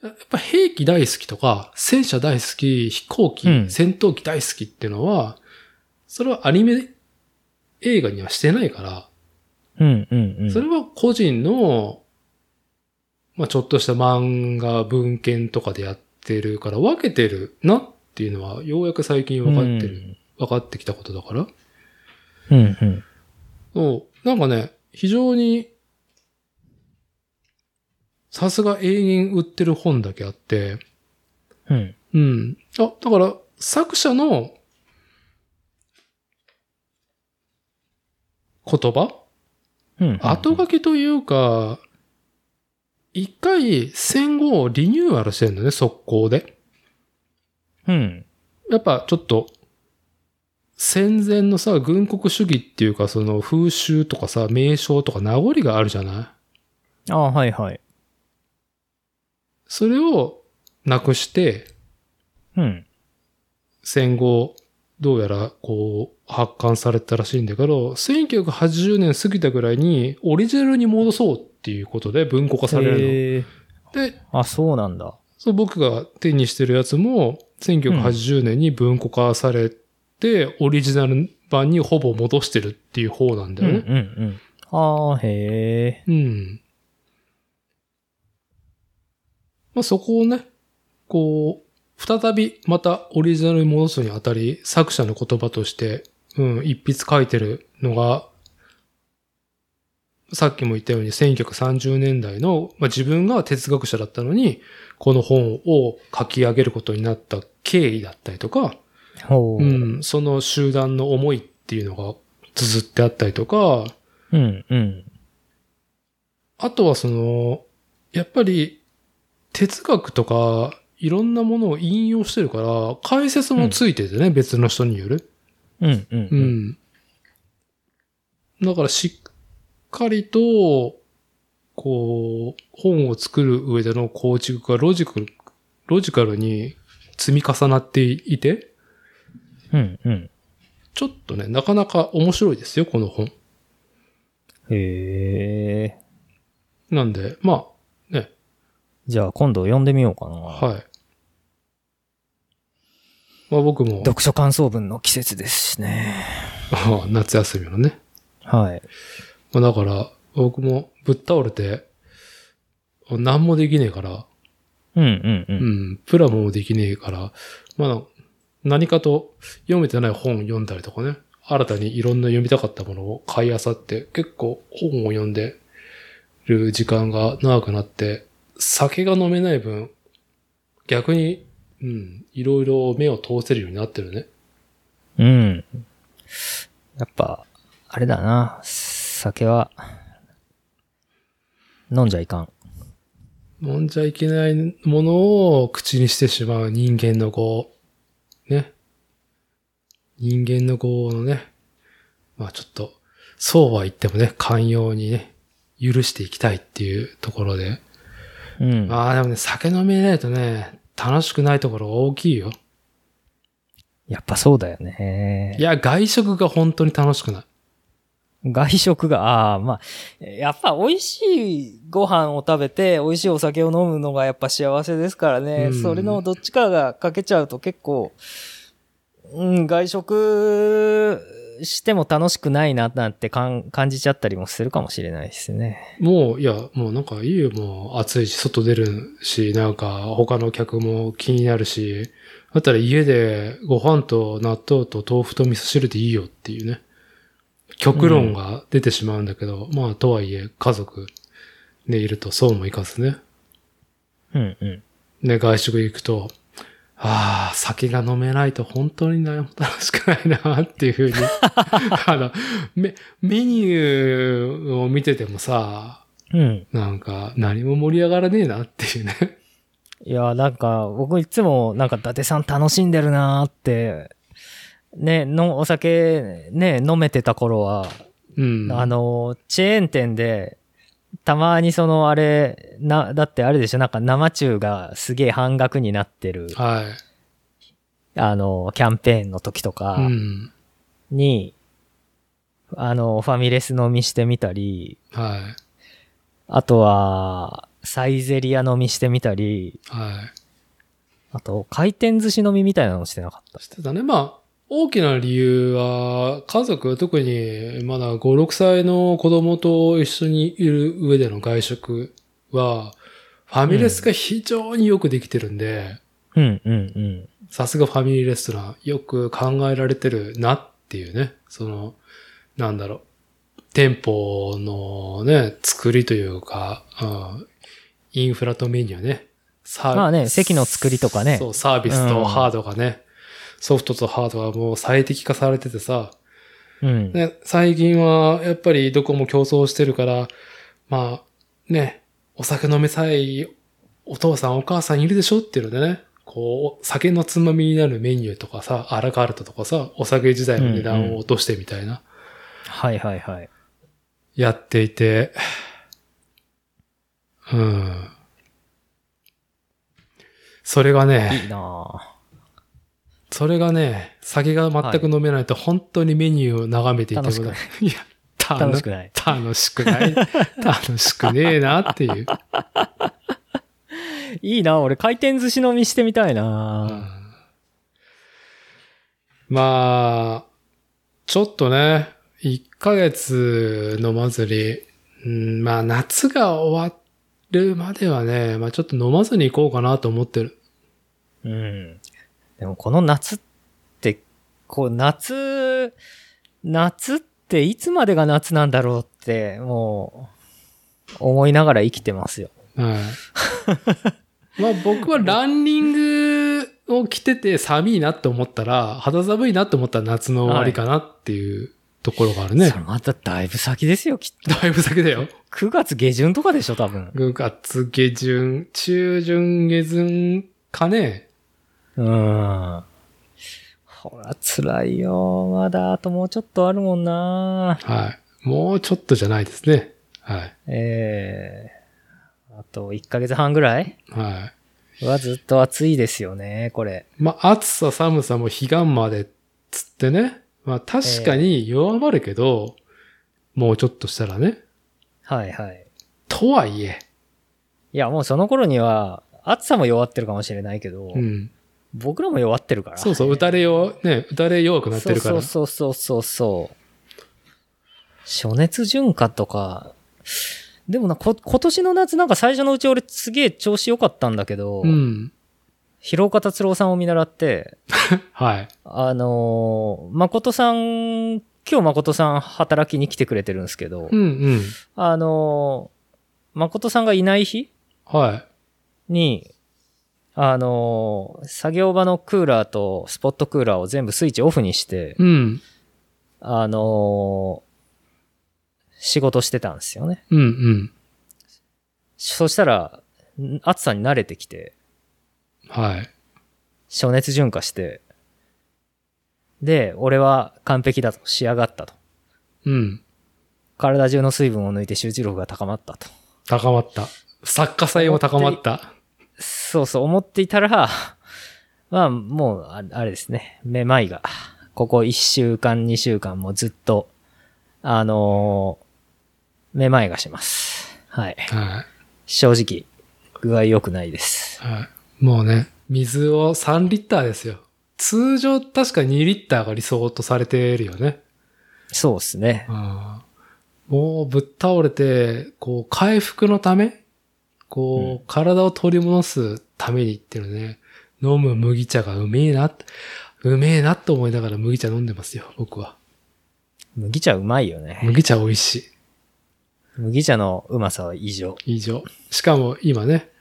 [SPEAKER 1] やっぱ兵器大好きとか、戦車大好き、飛行機、
[SPEAKER 2] うん
[SPEAKER 1] 戦闘機大好きっていうのは、それはアニメ映画にはしてないから、
[SPEAKER 2] うん、うん、うん。
[SPEAKER 1] それは個人の、まあちょっとした漫画、文献とかでやってるから分けてるなっていうのは、ようやく最近分かってる、分かってきたことだから。
[SPEAKER 2] うん。うん、うん。
[SPEAKER 1] そう。なんかね、非常に、さすが永遠売ってる本だけあって、
[SPEAKER 2] うん。
[SPEAKER 1] うん。あ、だから、作者の言葉
[SPEAKER 2] うん。
[SPEAKER 1] 後書きというか、一回戦後をリニューアルしてるんだね、速攻で。
[SPEAKER 2] うん。
[SPEAKER 1] やっぱちょっと、戦前のさ、軍国主義っていうか、その風習とかさ、名称とか名残があるじゃない
[SPEAKER 2] ああ、はい、はい。
[SPEAKER 1] それをなくして、
[SPEAKER 2] うん。
[SPEAKER 1] 戦後、どうやらこう、発刊されたらしいんだけど、1980年過ぎたぐらいにオリジナルに戻そうっていうことで文庫化される
[SPEAKER 2] へえ
[SPEAKER 1] の。で、
[SPEAKER 2] あ、そうなんだ。
[SPEAKER 1] そう僕が手にしてるやつも、1980年に文庫化されて、オリジナル版にほぼ戻してるっていう方なんだよ
[SPEAKER 2] うん、
[SPEAKER 1] ね。
[SPEAKER 2] うん、うん。ああ、へ
[SPEAKER 1] う
[SPEAKER 2] え。
[SPEAKER 1] ん。まあ、そこをね、こう、再びまたオリジナルに戻すにあたり、作者の言葉として、うん、一筆書いてるのが、さっきも言ったように1930年代の、まあ、自分が哲学者だったのに、この本を書き上げることになった経緯だったりとか、
[SPEAKER 2] ほう。
[SPEAKER 1] う。ん、その集団の思いっていうのが綴ってあったりとか、
[SPEAKER 2] うん、うん。
[SPEAKER 1] あとはその、やっぱり哲学とかいろんなものを引用してるから、解説もついててね、別の人による。
[SPEAKER 2] うん、うん。
[SPEAKER 1] う
[SPEAKER 2] うん。
[SPEAKER 1] ん。だからしっかりと、こう、本を作る上での構築がロジカル、ロジカルに積み重なっていて、
[SPEAKER 2] うん、うん。
[SPEAKER 1] ちょっとね、なかなか面白いですよ、この本。
[SPEAKER 2] へえ。
[SPEAKER 1] なんで、ま
[SPEAKER 2] じゃあ今度読んでみようかな。
[SPEAKER 1] あ、はい。まあ僕も、
[SPEAKER 2] 読書感想文の季節ですしね。
[SPEAKER 1] 夏休みのね。
[SPEAKER 2] はい。
[SPEAKER 1] まあだから、僕もぶっ倒れて、何もできねえから、
[SPEAKER 2] うんうんう。
[SPEAKER 1] うんん、プラモもできねえから、まあ、何かと読めてない本読んだりとかね、新たにいろんな読みたかったものを買い漁って、結構本を読んでる時間が長くなって、酒が飲めない分、逆に、うん、いろいろ目を通せるようになってるね。
[SPEAKER 2] うん。やっぱ、あれだな。酒は、飲んじゃいかん。
[SPEAKER 1] 飲んじゃいけないものを口にしてしまう人間のこう、ね。人間のこうのね、まあちょっと、そうは言ってもね、寛容にね、許していきたいっていうところで。
[SPEAKER 2] うん。
[SPEAKER 1] まあでもね、酒飲めないとね、楽しくないところが大きいよ。
[SPEAKER 2] やっぱそうだよね
[SPEAKER 1] い。や、外食が本当に楽しくない。
[SPEAKER 2] 外食が、ああ、まあ、やっぱ美味しいご飯を食べて、美味しいお酒を飲むのがやっぱ幸せですからね。
[SPEAKER 1] うん
[SPEAKER 2] それのどっちかが欠けちゃうと結構、うん、外食しても楽しくないな、なんてかん感じちゃったりもするかもしれないですね。
[SPEAKER 1] もう、いや、もうなんかいいよ、もう暑いし、外出るし、なんか他の客も気になるし、だったら家でご飯と納豆と豆腐と味噌汁でいいよっていうね。極論が出てしまうんだけど、まあ、とはいえ、家族でいるとそうもいかずね。
[SPEAKER 2] うんうん。
[SPEAKER 1] ね、外食行くと、ああ、酒が飲めないと本当に何も楽しくないなっていうふうに。 あの、メ、メニューを見ててもさ、
[SPEAKER 2] うん。
[SPEAKER 1] なんか何も盛り上がらねえなっていうね。
[SPEAKER 2] いや、なんか、僕いつも、なんか、伊達さん楽しんでるなーって、ね、の、お酒、ね、飲めてた頃は、
[SPEAKER 1] うん。
[SPEAKER 2] あの、チェーン店で、たまにその、あれ、な、だってあれでしょ、なんか生中がすげえ半額になってる、
[SPEAKER 1] はい。
[SPEAKER 2] あの、キャンペーンの時とか
[SPEAKER 1] うん。
[SPEAKER 2] に、あの、ファミレス飲みしてみたり、
[SPEAKER 1] はい。
[SPEAKER 2] あとは、サイゼリア飲みしてみたり、
[SPEAKER 1] はい。
[SPEAKER 2] あと、回転寿司飲みみたいなのしてなかった。
[SPEAKER 1] してたね。まあ、大きな理由は、家族、特にまだ5、6歳の子供と一緒にいる上での外食は、ファミレスが非常によくできてるんで、
[SPEAKER 2] うんうん
[SPEAKER 1] さすがファミリーレストラン、よく考えられてるなっていうね、その、なんだろう、店舗のね、作りというか、うん、インフラとメニューね。サー
[SPEAKER 2] まあね席の作りとかね
[SPEAKER 1] そう、サービス
[SPEAKER 2] う
[SPEAKER 1] と
[SPEAKER 2] ん
[SPEAKER 1] ハードがね、ソフトとハードがもう最適化されててさ、
[SPEAKER 2] うん。うん。
[SPEAKER 1] ね、最近はやっぱりどこも競争してるから、まあ、ね、お酒飲めさいお父さんお母さんいるでしょっていうのでね、こう、酒のつまみになるメニューとかさ、アラカールトとかさ、お酒自体の値段を落としてみたいな、
[SPEAKER 2] はいはいはい。
[SPEAKER 1] やっていて、うん。それがね、
[SPEAKER 2] いいな
[SPEAKER 1] それがね、酒が全く飲めないと本当にメニューを眺めていても、
[SPEAKER 2] 楽しくない
[SPEAKER 1] いや、
[SPEAKER 2] ぁ楽しくない。
[SPEAKER 1] 楽しくない楽しくねえなっていう。
[SPEAKER 2] いいなぁ俺回転寿司飲みしてみたいな
[SPEAKER 1] まあ、ちょっとね、1ヶ月飲まずに、うん、まあ夏が終わるまではね、まあちょっと飲まずに行こうかなと思ってる。
[SPEAKER 2] ぁうん。でもこの夏って、こう夏、夏っていつまでが夏なんだろうって、もう、思いながら生きてますよ。
[SPEAKER 1] はい。まあ僕はランニングを着てて寒いなって思ったら、肌寒いなって思ったら夏の終わりかなっていうところがあるね。
[SPEAKER 2] それまただいぶ先ですよ、きっと。
[SPEAKER 1] だいぶ先だよ。
[SPEAKER 2] 9月下旬とかでしょ、多分。
[SPEAKER 1] 9月下旬、中旬下旬かね。
[SPEAKER 2] うん。ほら、辛いよ。まだ、あともうちょっとあるもんな。
[SPEAKER 1] はい。もうちょっとじゃないですね。はい。
[SPEAKER 2] ええあと1ヶ月半ぐらい
[SPEAKER 1] はい。
[SPEAKER 2] はずっと暑いですよね、これ。
[SPEAKER 1] まあ、暑さ寒さも彼岸までっつってね。まあ、確かに弱まるけど、もうちょっとしたらね。
[SPEAKER 2] はいはい。
[SPEAKER 1] とはいえ、
[SPEAKER 2] いや、もうその頃には、暑さも弱ってるかもしれないけど、
[SPEAKER 1] うん。
[SPEAKER 2] 僕らも弱ってるから。
[SPEAKER 1] そうそう、打たれよう、ね、打たれ弱くなってるから。
[SPEAKER 2] そうそうそうそうそうそう。暑熱順化とか、でもな、こ、今年の夏なんか最初のうち俺すげえ調子良かったんだけど、
[SPEAKER 1] うん。
[SPEAKER 2] 広岡達郎さんを見習って、
[SPEAKER 1] はい。
[SPEAKER 2] あのー誠さん、今日誠さん働きに来てくれてるんですけど、
[SPEAKER 1] うんうん。
[SPEAKER 2] あのー誠さんがいない日
[SPEAKER 1] はい。
[SPEAKER 2] に、あのー作業場のクーラーとスポットクーラーを全部スイッチオフにして、
[SPEAKER 1] うん。
[SPEAKER 2] あのー仕事してたんですよね。
[SPEAKER 1] うんうん。
[SPEAKER 2] そしたら、ん暑さに慣れてきて、
[SPEAKER 1] はい。
[SPEAKER 2] 暑熱順化して、で、俺は完璧だと、仕上がったと。
[SPEAKER 1] うん。
[SPEAKER 2] 体中の水分を抜いて集中力が高まったと。
[SPEAKER 1] 高まった。作家祭も高まった。
[SPEAKER 2] そうそう思っていたら、 まあもう、ああれですね、めまいが、ここ1週間、2週間もずっと、あのーめまいがします。はい。
[SPEAKER 1] はい。
[SPEAKER 2] 正直、具合良くないです。
[SPEAKER 1] はい。もうね、水を3リッターですよ。通常確か2リッターが理想とされてるよね。
[SPEAKER 2] そうですね
[SPEAKER 1] う。んもうぶっ倒れて、こう、回復のため、こう、体を取り戻すためにっていうのね、飲む麦茶がうめえな、うめえなと思いながら麦茶飲んでますよ、僕は。
[SPEAKER 2] 麦茶うまいよね。
[SPEAKER 1] 麦茶美味しい。
[SPEAKER 2] 麦茶のうまさは異常。
[SPEAKER 1] 以上。しかも今ね、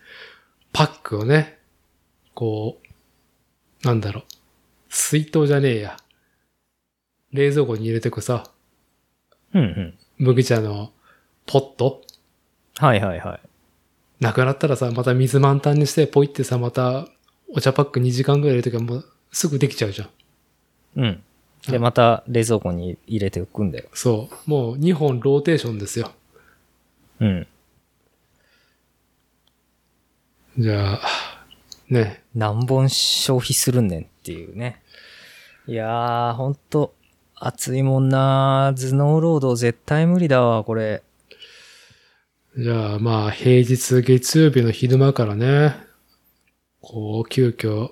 [SPEAKER 1] パックをね、こう、なんだろう、水筒じゃねえや。冷蔵庫に入れてくさ、
[SPEAKER 2] うんうん。
[SPEAKER 1] 麦茶のポット
[SPEAKER 2] はいはいはい。
[SPEAKER 1] なくなったらさ、また水満タンにして、ポイってさ、またお茶パック2時間ぐらい入れてけばもうすぐできちゃうじゃん。
[SPEAKER 2] うん。で、また冷蔵庫に入れておくんだよ。
[SPEAKER 1] そう。もう2本ローテーションですよ。
[SPEAKER 2] うん。
[SPEAKER 1] じゃあ、ね。
[SPEAKER 2] 何本消費するんねんっていうね。いやー、ほんと、暑いもんなー頭脳労働絶対無理だわ、これ。
[SPEAKER 1] じゃあまあ平日月曜日の昼間からね、こう急遽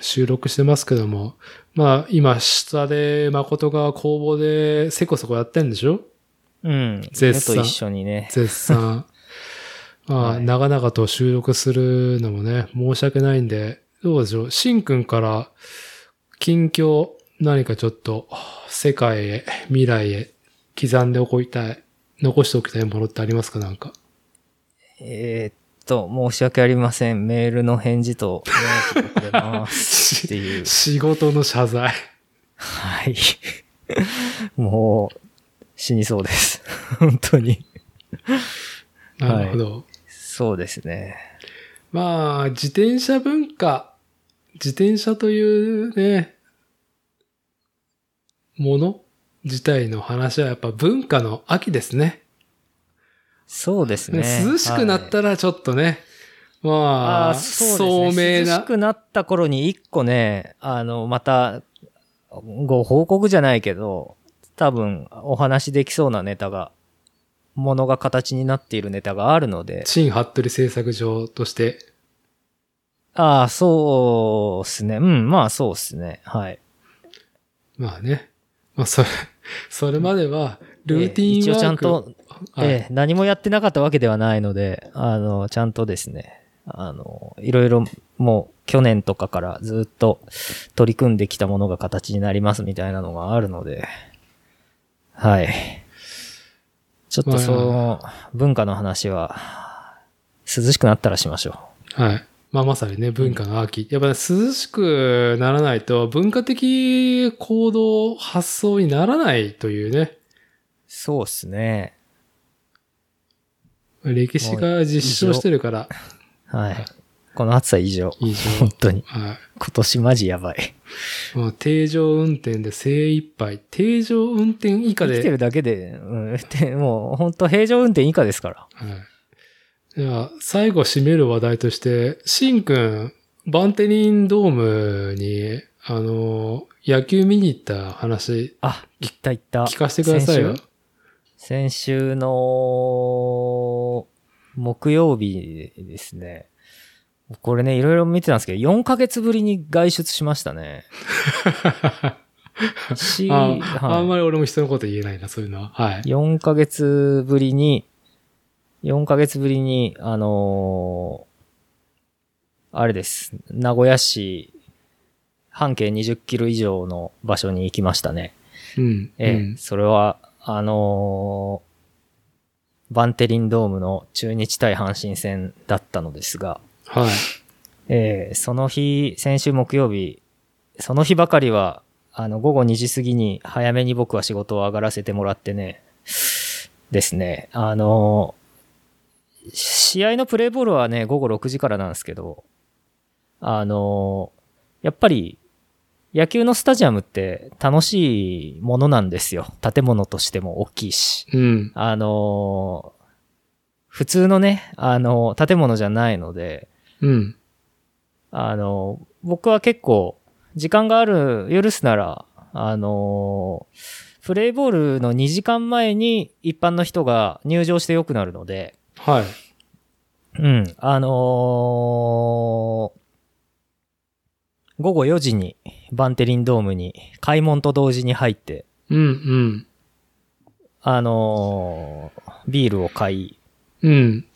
[SPEAKER 1] 収録してますけども、まあ今下で誠が工房でせこせこやってんでしょ
[SPEAKER 2] うん。
[SPEAKER 1] 絶賛
[SPEAKER 2] 犬と一緒にね。
[SPEAKER 1] 絶 賛。まあ、
[SPEAKER 2] はい
[SPEAKER 1] 長々と収録するのもね、申し訳ないんで、どうでしょう。しんくんから近況何かちょっと世界へ、未来へ刻んでおきたい、残しておきたいものってありますかなんか。
[SPEAKER 2] えーっと、申し訳ありません。メールの返事と、ね、くれますっ ていう。
[SPEAKER 1] 仕事の謝罪。
[SPEAKER 2] はい。 もう、死にそうです。本当に。
[SPEAKER 1] なるほど。
[SPEAKER 2] そうですね。
[SPEAKER 1] まあ、自転車文化、自転車というね、もの自体の話はやっぱ文化の秋ですね。
[SPEAKER 2] そうですね。
[SPEAKER 1] ね涼しくなっ
[SPEAKER 2] はい
[SPEAKER 1] たらちょっとね、ま
[SPEAKER 2] あ
[SPEAKER 1] あ、
[SPEAKER 2] ーそう
[SPEAKER 1] 聡
[SPEAKER 2] ですね
[SPEAKER 1] 明
[SPEAKER 2] 涼し
[SPEAKER 1] な、
[SPEAKER 2] くなった頃に一個ね、あの、また、ご報告じゃないけど、多分お話できそうなネタが、ものが形になっているネタがあるので、
[SPEAKER 1] 陳服部製作所として、
[SPEAKER 2] ああ、そうですね。うん、まあそうですね。はい。
[SPEAKER 1] まあね、まあそれ、それまでは、ルーティ
[SPEAKER 2] ええ一
[SPEAKER 1] ン
[SPEAKER 2] 応
[SPEAKER 1] ワ
[SPEAKER 2] ちゃ
[SPEAKER 1] ー
[SPEAKER 2] ん
[SPEAKER 1] ク、
[SPEAKER 2] と、
[SPEAKER 1] はい
[SPEAKER 2] ええ何もやってなかったわけではないので、あの、ちゃんとですね、あの、いろいろもう去年とかからずっと取り組んできたものが形になりますみたいなのがあるので、はい。ちょっとその文化の話は、涼しくなったらしましょ
[SPEAKER 1] はい。まあまさにね、文化の秋。やっぱ、ね、涼しくならないと文化的行動、発想にならないというね、
[SPEAKER 2] う。そうですね。
[SPEAKER 1] 歴史が実証してるから、
[SPEAKER 2] はい。この暑さ以上。
[SPEAKER 1] 以上。
[SPEAKER 2] 本当に。
[SPEAKER 1] はい。
[SPEAKER 2] 今年マジやばい。
[SPEAKER 1] もう定常運転で精一杯。定常運転以下
[SPEAKER 2] 生きて
[SPEAKER 1] で。
[SPEAKER 2] るだけで、うん、でもう本当平常運転以下ですから。
[SPEAKER 1] はい。じゃあ、最後締める話題として、しんくん、バンテリンドームに、あの、野球見に行った話、
[SPEAKER 2] あ、行った行った。
[SPEAKER 1] 聞かせてくださいよ。
[SPEAKER 2] 先週先週の木曜日ですね。これね、いろいろ見てたんですけど、4ヶ月ぶりに外出しました ね。し、
[SPEAKER 1] ああん
[SPEAKER 2] は
[SPEAKER 1] まり俺も人のこと言えないな、そういうのは。はい
[SPEAKER 2] い、。4ヶ月ぶりに、4ヶ月ぶりに、あのーあれです。名古屋市、半径20キロ以上の場所に行きましたね。
[SPEAKER 1] うん。
[SPEAKER 2] ええ、
[SPEAKER 1] うん
[SPEAKER 2] それは、あのーバンテリンドームの中日対阪神戦だったのですが、
[SPEAKER 1] はい。
[SPEAKER 2] ええその日、先週木曜日、その日ばかりは、あの、午後2時過ぎに早めに僕は仕事を上がらせてもらってね、ですね、あのー試合のプレーボールはね、午後6時からなんですけど、あのーやっぱり、野球のスタジアムって楽しいものなんですよ。建物としても大きいし。
[SPEAKER 1] うん。
[SPEAKER 2] あのー普通のね、あのー建物じゃないので、
[SPEAKER 1] うん。
[SPEAKER 2] あの、僕は結構、時間がある、許すなら、あの、プレイボールの2時間前に一般の人が入場して良くなるので、
[SPEAKER 1] はい。
[SPEAKER 2] うん、あのー午後4時にバンテリンドームに開門と同時に入って、
[SPEAKER 1] うん、
[SPEAKER 2] あのービールを買い、
[SPEAKER 1] うん。うん。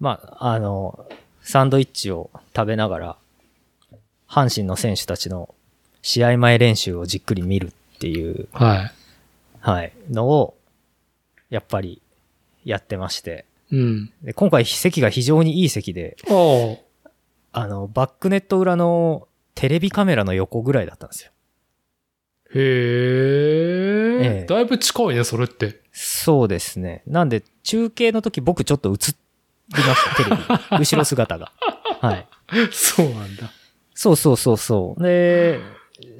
[SPEAKER 2] まあ、あの、サンドイッチを食べながら、阪神の選手たちの試合前練習をじっくり見るっっていう、
[SPEAKER 1] は
[SPEAKER 2] はい、のを、やっぱりやってまして。
[SPEAKER 1] い。うん。
[SPEAKER 2] で今回席が非常にいい席で、
[SPEAKER 1] ああ。
[SPEAKER 2] あの、バックネット裏のテレビカメラの横ぐらいだったんですよ。
[SPEAKER 1] へえ、
[SPEAKER 2] ええ
[SPEAKER 1] だいぶ近いね、それって。
[SPEAKER 2] そうですね。なんで、中継の時僕ちょっと映りました、テレビに。後ろ姿が。はい。
[SPEAKER 1] そうなんだ。
[SPEAKER 2] そうそうそうそう。で、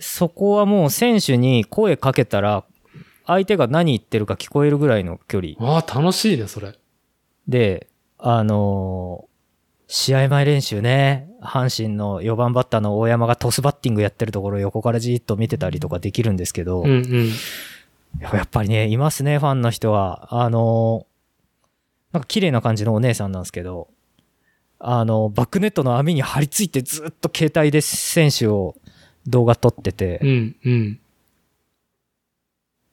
[SPEAKER 2] そこはもう選手に声かけたら、相手が何言ってるか聞こえるぐらいの距離
[SPEAKER 1] わあ、楽しいね、それ。
[SPEAKER 2] で、あのー試合前練習ね、阪神の4番バッターの大山がトスバッティングやってるところを横からじーっと見てたりとかできるんですけど、
[SPEAKER 1] うんうん。
[SPEAKER 2] やっぱりね、いますね、ファンの人は。あのーなんか綺麗な感じのお姉さんなんですけど、あの、バックネットの網に張り付いてずっと携帯で選手を動画撮ってて、
[SPEAKER 1] うんうん。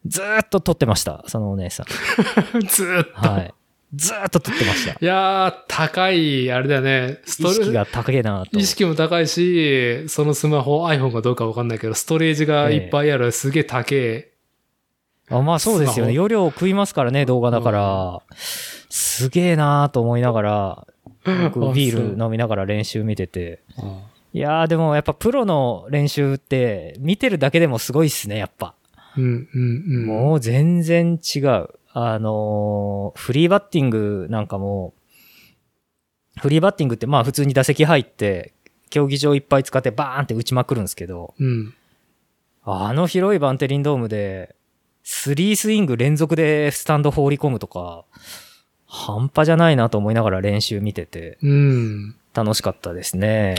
[SPEAKER 2] ずーっと撮ってました、そのお姉 さん。
[SPEAKER 1] ずーっと。
[SPEAKER 2] はい。ずーっと撮ってました。
[SPEAKER 1] いやー、高い、あれだよね。ス
[SPEAKER 2] 意識
[SPEAKER 1] トレ
[SPEAKER 2] が高えなと。
[SPEAKER 1] 意識も高いし、そのスマホ、iPhone かどうかわかんないけど、ストレージがいっぱいある、すげえ高え。
[SPEAKER 2] あまあそうですよね。
[SPEAKER 1] スマ
[SPEAKER 2] 容量食いますからね、動画だから。すげえなーと思いながら、 僕ビール飲みながら練習見てて。
[SPEAKER 1] あ
[SPEAKER 2] いやーでもやっぱプロの練習って、見てるだけでもすごいっすね、やっぱ。
[SPEAKER 1] そううんうんうん。
[SPEAKER 2] もう全然違う。あのーフリーバッティングなんかも、フリーバッティングってまあ普通に打席入って、競技場いっぱい使ってバーンって打ちまくるんですけど、
[SPEAKER 1] うん。
[SPEAKER 2] あの広いバンテリンドームで、スリースイング連続でスタンド放り込むとか、半端じゃないなと思いながら練習見てて、
[SPEAKER 1] うん。
[SPEAKER 2] 楽しかったですね。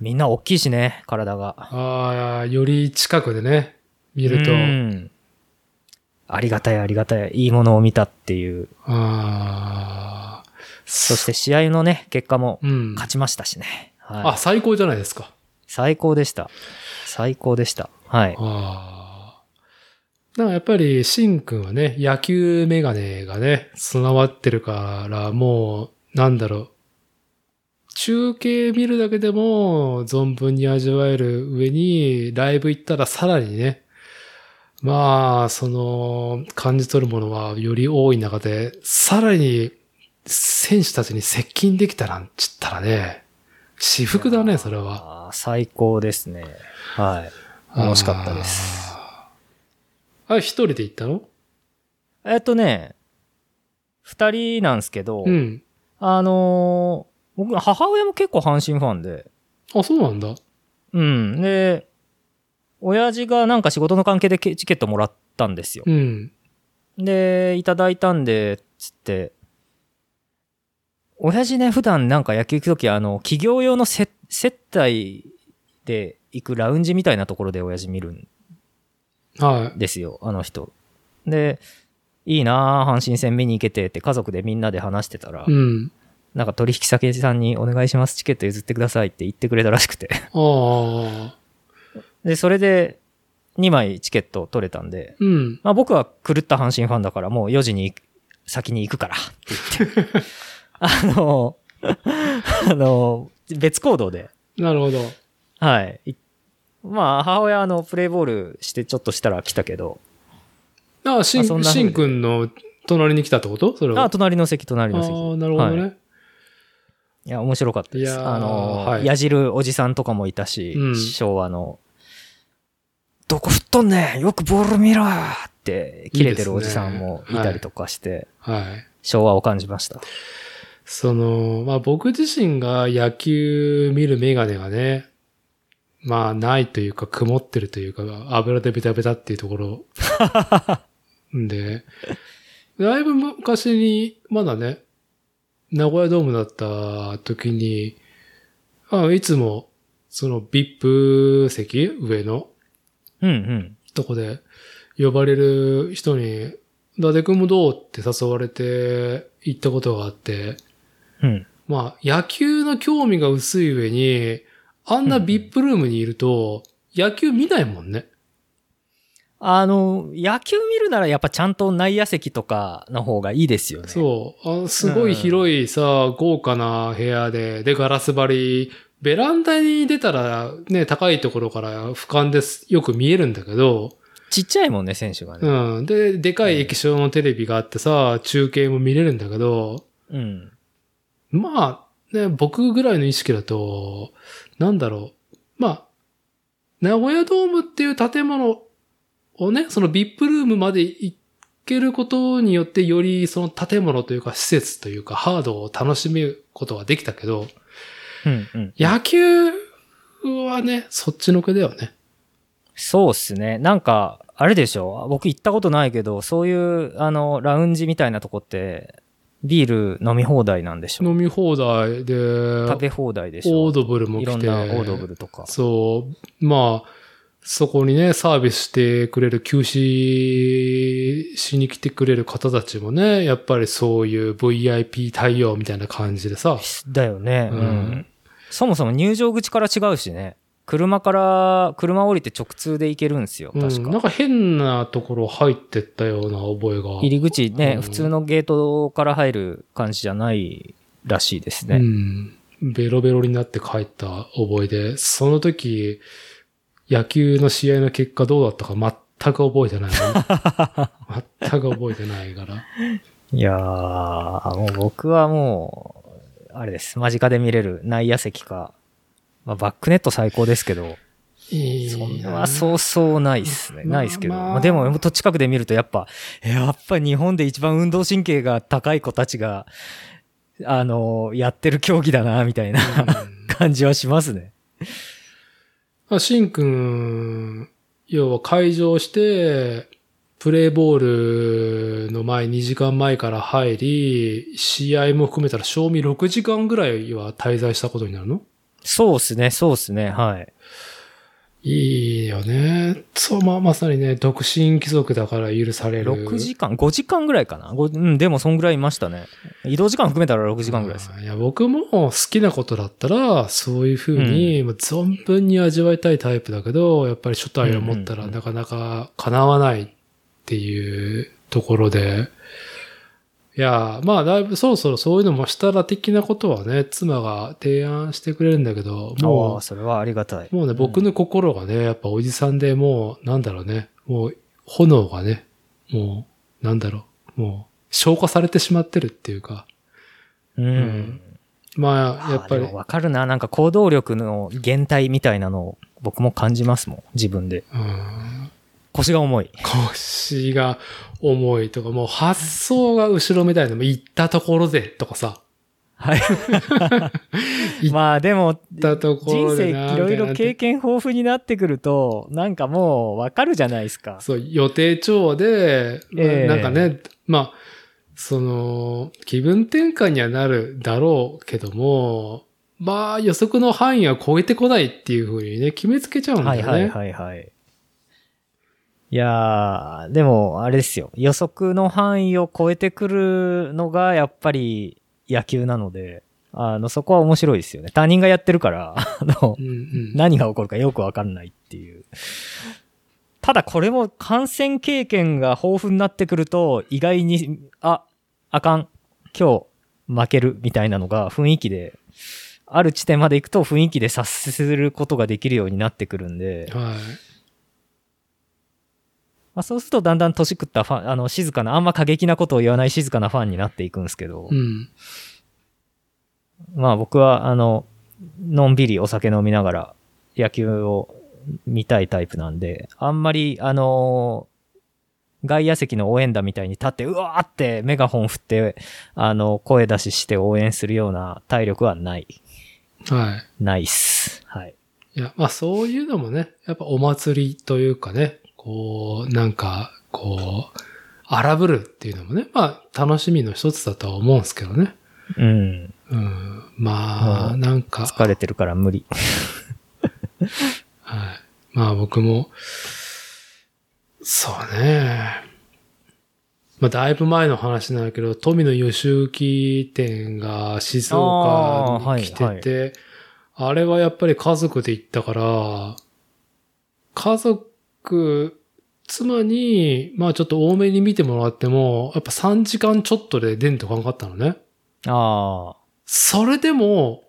[SPEAKER 2] みんな大きいしね、体が。
[SPEAKER 1] ああ、より近くでね、見ると。
[SPEAKER 2] うんありがたいありがたい。いいものを見たっていう。
[SPEAKER 1] ああ。
[SPEAKER 2] そして試合のね、結果も
[SPEAKER 1] うん。
[SPEAKER 2] 勝ちましたしね。は
[SPEAKER 1] あ、
[SPEAKER 2] い、
[SPEAKER 1] 最高じゃないですか。
[SPEAKER 2] 最高でした。最高でした。はい。
[SPEAKER 1] ああ。だからやっぱり、シンくんはね、野球メガネがね、備わってるから、もう、なんだろう。中継見るだけでも存分に味わえる上に、ライブ行ったらさらにね、まあ、その、感じ取るものはより多い中で、さらに、選手たちに接近できたなんちったらね、私服だね、それは。
[SPEAKER 2] あー。最高ですね。はい。楽しかったです
[SPEAKER 1] あー。あ、一人で行ったの
[SPEAKER 2] えっとね、二人なんですけど、
[SPEAKER 1] うん。
[SPEAKER 2] あのー僕、母親も結構阪神ファンで、
[SPEAKER 1] あ、そうなんだ。
[SPEAKER 2] うん。で、親父がなんか仕事の関係でけチケットもらったんですよ。
[SPEAKER 1] うん。
[SPEAKER 2] で、いただいたんで、つって、親父ね、普段なんか野球行くとき、あの、企業用のせ接待で行くラウンジみたいなところで親父見るん
[SPEAKER 1] はい。
[SPEAKER 2] ですよ、あの人。で、いいなぁ、阪神戦見に行けてって家族でみんなで話してたら、
[SPEAKER 1] うん。
[SPEAKER 2] なんか取引先さんにお願いします、チケット譲ってくださいって言ってくれたらしくて。
[SPEAKER 1] ああ。
[SPEAKER 2] で、それで2枚チケット取れたんで、
[SPEAKER 1] うん。
[SPEAKER 2] まあ僕は狂った阪神ファンだからもう4時に先に行くからって 言って、あの、 あの、別行動で、
[SPEAKER 1] なるほど。
[SPEAKER 2] はい。いまあ母親あのプレイボールしてちょっとしたら来たけど、
[SPEAKER 1] ああ、し
[SPEAKER 2] あそ
[SPEAKER 1] ん、
[SPEAKER 2] んな風
[SPEAKER 1] し
[SPEAKER 2] に
[SPEAKER 1] んくんの隣に来たってことそれは。
[SPEAKER 2] あ、隣の席隣
[SPEAKER 1] あ
[SPEAKER 2] の席。
[SPEAKER 1] ーなるほどね。
[SPEAKER 2] はいいや、面白かったで
[SPEAKER 1] い
[SPEAKER 2] す。
[SPEAKER 1] やー
[SPEAKER 2] あの、
[SPEAKER 1] はい
[SPEAKER 2] やじるおじさんとかもいたし、
[SPEAKER 1] うん
[SPEAKER 2] 昭和の、どこ吹っとんねんよくボール見ろよって、切れてるおじさんもいたりとかして、
[SPEAKER 1] はい。
[SPEAKER 2] 昭和を感じました。
[SPEAKER 1] その、まあ僕自身が野球見るメガネがね、まあないというか曇ってるというか、油でベタベタっていうところ。で、だいぶ昔に、まだね、名古屋ドームだった時に、あいつも、その VIP 席上の
[SPEAKER 2] うんうん。
[SPEAKER 1] とこで呼ばれる人に、伊達くんもどうって誘われて行ったことがあって、
[SPEAKER 2] うん。
[SPEAKER 1] まあ、野球の興味が薄い上に、あんな
[SPEAKER 2] うんうん
[SPEAKER 1] VIP ルームにいると、野球見ないもんね。
[SPEAKER 2] あの、野球見るならやっぱちゃんと内野席とかの方がいいですよね。う。
[SPEAKER 1] そう。あすごい広いさ、豪華な部屋で、で、ガラス張り。ベランダに出たら、ね、高いところから俯瞰です、よく見えるんだけど、
[SPEAKER 2] ちっちゃいもんね、選手がね。
[SPEAKER 1] うん。で、でかい液晶のテレビがあってさ、中継も見れるんだけど、
[SPEAKER 2] うん。
[SPEAKER 1] まあ、ね、僕ぐらいの意識だと、なんだろう。まあ、名古屋ドームっていう建物をね、その VIP ルームまで行けることによって、よりその建物というか施設というかハードを楽しめることができたけど、
[SPEAKER 2] うん、うん。
[SPEAKER 1] 野球はね、そっちのけだよね。
[SPEAKER 2] そうっすね。なんか、あれでしょ僕行ったことないけど、そういう、あの、ラウンジみたいなとこって、ビール飲み放題なんでしょ
[SPEAKER 1] 飲み放題で、
[SPEAKER 2] 食べ放題でしょ
[SPEAKER 1] オードブルも
[SPEAKER 2] い
[SPEAKER 1] 来て。
[SPEAKER 2] ろんなオードブルとか。
[SPEAKER 1] そう。まあ、そこにね、サービスしてくれる、休止しに来てくれる方たちもね、やっぱりそういう VIP 対応みたいな感じでさ。
[SPEAKER 2] だよね、
[SPEAKER 1] う
[SPEAKER 2] うんん。そもそも入場口から違うしね。車から、車降りて直通で行けるんですよ、
[SPEAKER 1] うん
[SPEAKER 2] 確か。
[SPEAKER 1] なんか変なところ入ってったような覚えが。
[SPEAKER 2] 入り口ね、
[SPEAKER 1] うん
[SPEAKER 2] 普通のゲートから入る感じじゃないらしいです
[SPEAKER 1] う
[SPEAKER 2] ね。
[SPEAKER 1] ん。ベロベロになって帰った覚えで、その時、野球の試合の結果どうだったか全く覚えて ない。全く覚えてないから。
[SPEAKER 2] いやー、もう僕はもう、あれです。間近で見れる内野席か、まあ、バックネット最高ですけど、
[SPEAKER 1] い
[SPEAKER 2] そん
[SPEAKER 1] な
[SPEAKER 2] なそうそうないっすね。
[SPEAKER 1] まあ
[SPEAKER 2] ないっすけど。
[SPEAKER 1] まあ
[SPEAKER 2] まあ、でも、もっと近くで見るとやっぱ、やっぱ日本で一番運動神経が高い子たちが、あのーやってる競技だな、みたいな
[SPEAKER 1] うん
[SPEAKER 2] 感じはしますね。
[SPEAKER 1] あ、しんくん、要は会場して、プレーボールの前2時間前から入り、試合も含めたら賞味6時間ぐらいは滞在したことになるの
[SPEAKER 2] そうっすね、そうっすね、はい。
[SPEAKER 1] いいよね。そう、まあ、まさにね、独身貴族だから許される。
[SPEAKER 2] 6時間、5時間ぐらいかな。ごうん、でもそんぐらいいましたね。移動時間含めたら6時間ぐらいです。
[SPEAKER 1] あーいや、僕も好きなことだったら、そういうふうに、もう存分に味わいたいタイプだけど、やっぱり初体を持った
[SPEAKER 2] う
[SPEAKER 1] ら
[SPEAKER 2] んうんうん
[SPEAKER 1] なかなか叶わないっていうところで、いやー、まあ、だいぶそろそろそういうのもしたら的なことはね、妻が提案してくれるんだけど、
[SPEAKER 2] も
[SPEAKER 1] も
[SPEAKER 2] う、それはありがたい。
[SPEAKER 1] う、もうね、僕の心がね、やっぱおじさんでもう、なんだろうね、もう、炎がね、もう、なんだろう、もう、消化されてしまってるっていうか、
[SPEAKER 2] うん。
[SPEAKER 1] んまあ、やっぱ
[SPEAKER 2] あー
[SPEAKER 1] り
[SPEAKER 2] でも、わかるな。なんか行動力の減退みたいなのを僕も感じますもん。自分で。
[SPEAKER 1] うん
[SPEAKER 2] 腰が重い。
[SPEAKER 1] 腰が重いとか、もう発想が後ろみたいな、もう行ったところでとかさ、
[SPEAKER 2] はいい。まあでも、
[SPEAKER 1] 行ったとこ
[SPEAKER 2] 人
[SPEAKER 1] ろ
[SPEAKER 2] 生
[SPEAKER 1] で
[SPEAKER 2] い
[SPEAKER 1] な
[SPEAKER 2] ろいろ
[SPEAKER 1] みた
[SPEAKER 2] 経
[SPEAKER 1] い
[SPEAKER 2] 験豊富になってくると、なんかもうわかるじゃないです
[SPEAKER 1] な
[SPEAKER 2] か。
[SPEAKER 1] そう、予定調で、まあ
[SPEAKER 2] ええ
[SPEAKER 1] なんかね、まあ、その、気分転換にはなるだろうけども、まあ予測の範囲は超えてこないっていうふうにね、決めつけちゃうんだ
[SPEAKER 2] は
[SPEAKER 1] よ
[SPEAKER 2] い
[SPEAKER 1] ね。
[SPEAKER 2] はいはいはい。いやー、でもあれですよ。予測の範囲を超えてくるのがやっぱり野球なので、あの、そこは面白いですよね。他人がやってるから、 あの
[SPEAKER 1] う、んうん。
[SPEAKER 2] 何が起こるかよくわかんないっていう。ただこれも感染経験が豊富になってくると、意外に、あ、あかん、今日負けるみたいなのが雰囲気で、ある地点まで行くと雰囲気で察することができるようになってくるんで、
[SPEAKER 1] はい。
[SPEAKER 2] まあ、そうするとだんだん年食ったファン、あの、静かな、あんま過激なことを言わない静かなファンになっていくんですけど、
[SPEAKER 1] うん。
[SPEAKER 2] まあ僕は、あの、のんびりお酒飲みながら野球を見たいタイプなんで、あんまり、あの外野席の応援団みたいに立って、うわーってメガホン振って、あの、声出しして応援するような体力はない。
[SPEAKER 1] はい。
[SPEAKER 2] ないっす。はい。
[SPEAKER 1] いや、まあそういうのもね、やっぱお祭りというかね、こう、なんか、こう、荒ぶるっていうのもね、まあ楽しみの一つだとは思うんですけどね。
[SPEAKER 2] うん。
[SPEAKER 1] うん、まあ、
[SPEAKER 2] うん
[SPEAKER 1] なんか、
[SPEAKER 2] 疲れてるから無理。
[SPEAKER 1] はい。まあ僕も、そうね。まあだいぶ前の話なんだけど、富野義行店が静岡に来てて、あ,、
[SPEAKER 2] あーはい
[SPEAKER 1] れはやっぱり家族で行ったから、家族、妻に、まあちょっと多めに見てもらっても、やっぱ3時間ちょっとで出んとかんかったのね。
[SPEAKER 2] ああ。
[SPEAKER 1] それでも、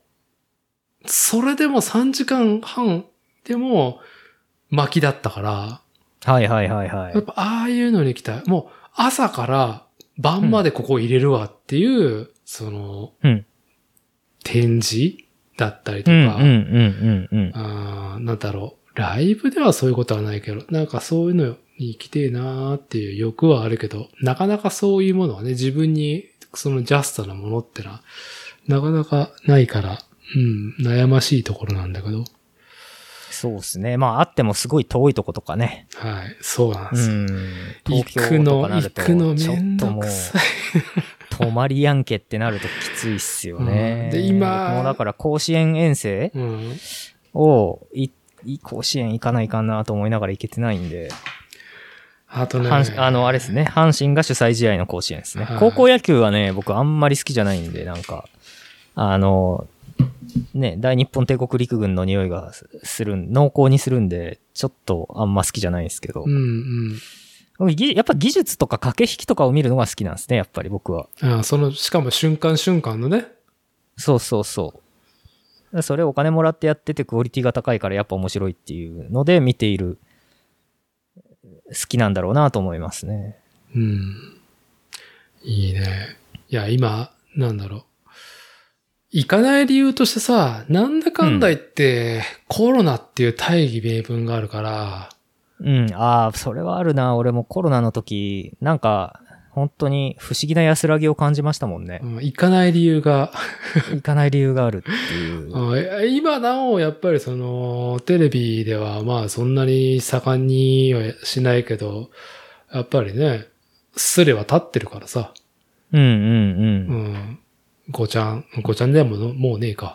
[SPEAKER 1] それでも3時間半でも巻きだったから、
[SPEAKER 2] はいはいはいはい
[SPEAKER 1] やっ。ぱああいうのに来たい。もう朝から晩までここ入れるわっていう、その、
[SPEAKER 2] うん
[SPEAKER 1] 展示だったりと
[SPEAKER 2] う
[SPEAKER 1] か、
[SPEAKER 2] んうんうんうんうん。
[SPEAKER 1] あーなんだろう。ライブではそういうことはないけど、なんかそういうのに行きてえなーっていう欲はあるけど、なかなかそういうものはね、自分にそのジャストなものってのは、なかなかないから、うん、悩ましいところなんだけど。
[SPEAKER 2] そうですね。まあ、あってもすごい遠いとことかね。
[SPEAKER 1] はい、そうなん
[SPEAKER 2] う
[SPEAKER 1] です。
[SPEAKER 2] ん。
[SPEAKER 1] 行
[SPEAKER 2] 東
[SPEAKER 1] く
[SPEAKER 2] 京と
[SPEAKER 1] の、
[SPEAKER 2] かな
[SPEAKER 1] 行
[SPEAKER 2] ると、
[SPEAKER 1] くの
[SPEAKER 2] ち
[SPEAKER 1] め
[SPEAKER 2] ょ
[SPEAKER 1] ん
[SPEAKER 2] っと
[SPEAKER 1] ど
[SPEAKER 2] もう
[SPEAKER 1] く、さい。
[SPEAKER 2] 泊まりやんけってなるときついっすよね
[SPEAKER 1] う。んで今
[SPEAKER 2] もうだから甲子園遠征
[SPEAKER 1] うん。
[SPEAKER 2] を、い、い甲子園行かないかなと思いながら行けてないんで、
[SPEAKER 1] あとね、
[SPEAKER 2] 阪神あの、あれですね、阪神が主催試合の甲子園ですね
[SPEAKER 1] はい。
[SPEAKER 2] 高校野球はね、僕あんまり好きじゃないんで、なんか、あの、ね、大日本帝国陸軍の匂いがすするん、濃厚にするんで、ちょっとあんま好きじゃないんですけど
[SPEAKER 1] う、ん
[SPEAKER 2] 僕ぎやっぱ技術とか駆け引きとかを見るのが好きなんですね、やっぱり僕は。
[SPEAKER 1] うん。あその、しかも瞬間瞬間のね。
[SPEAKER 2] そうそうそう。それお金もらってやっててクオリティが高いからやっぱ面白いっていうので見ている、好きなんだろうなと思いますね。
[SPEAKER 1] うん。いいね。いや、今、なんだろう。行かない理由としてさ、なんだかんだ言って、コロナっていう大義名分があるから、
[SPEAKER 2] うん、ああ、それはあるな。俺もコロナの時、なんか、本当に不思議な安らぎを感じましたもんね
[SPEAKER 1] う。ん行かない理由が、
[SPEAKER 2] 行かない理由があるって いう。
[SPEAKER 1] うんえ今なお、やっぱりその、テレビではまあそんなに盛んにはしないけど、やっぱりね、すれは立ってるからさ。
[SPEAKER 2] うんうんうん。
[SPEAKER 1] うん。ごちゃん、ごちゃんではもうもうねえか。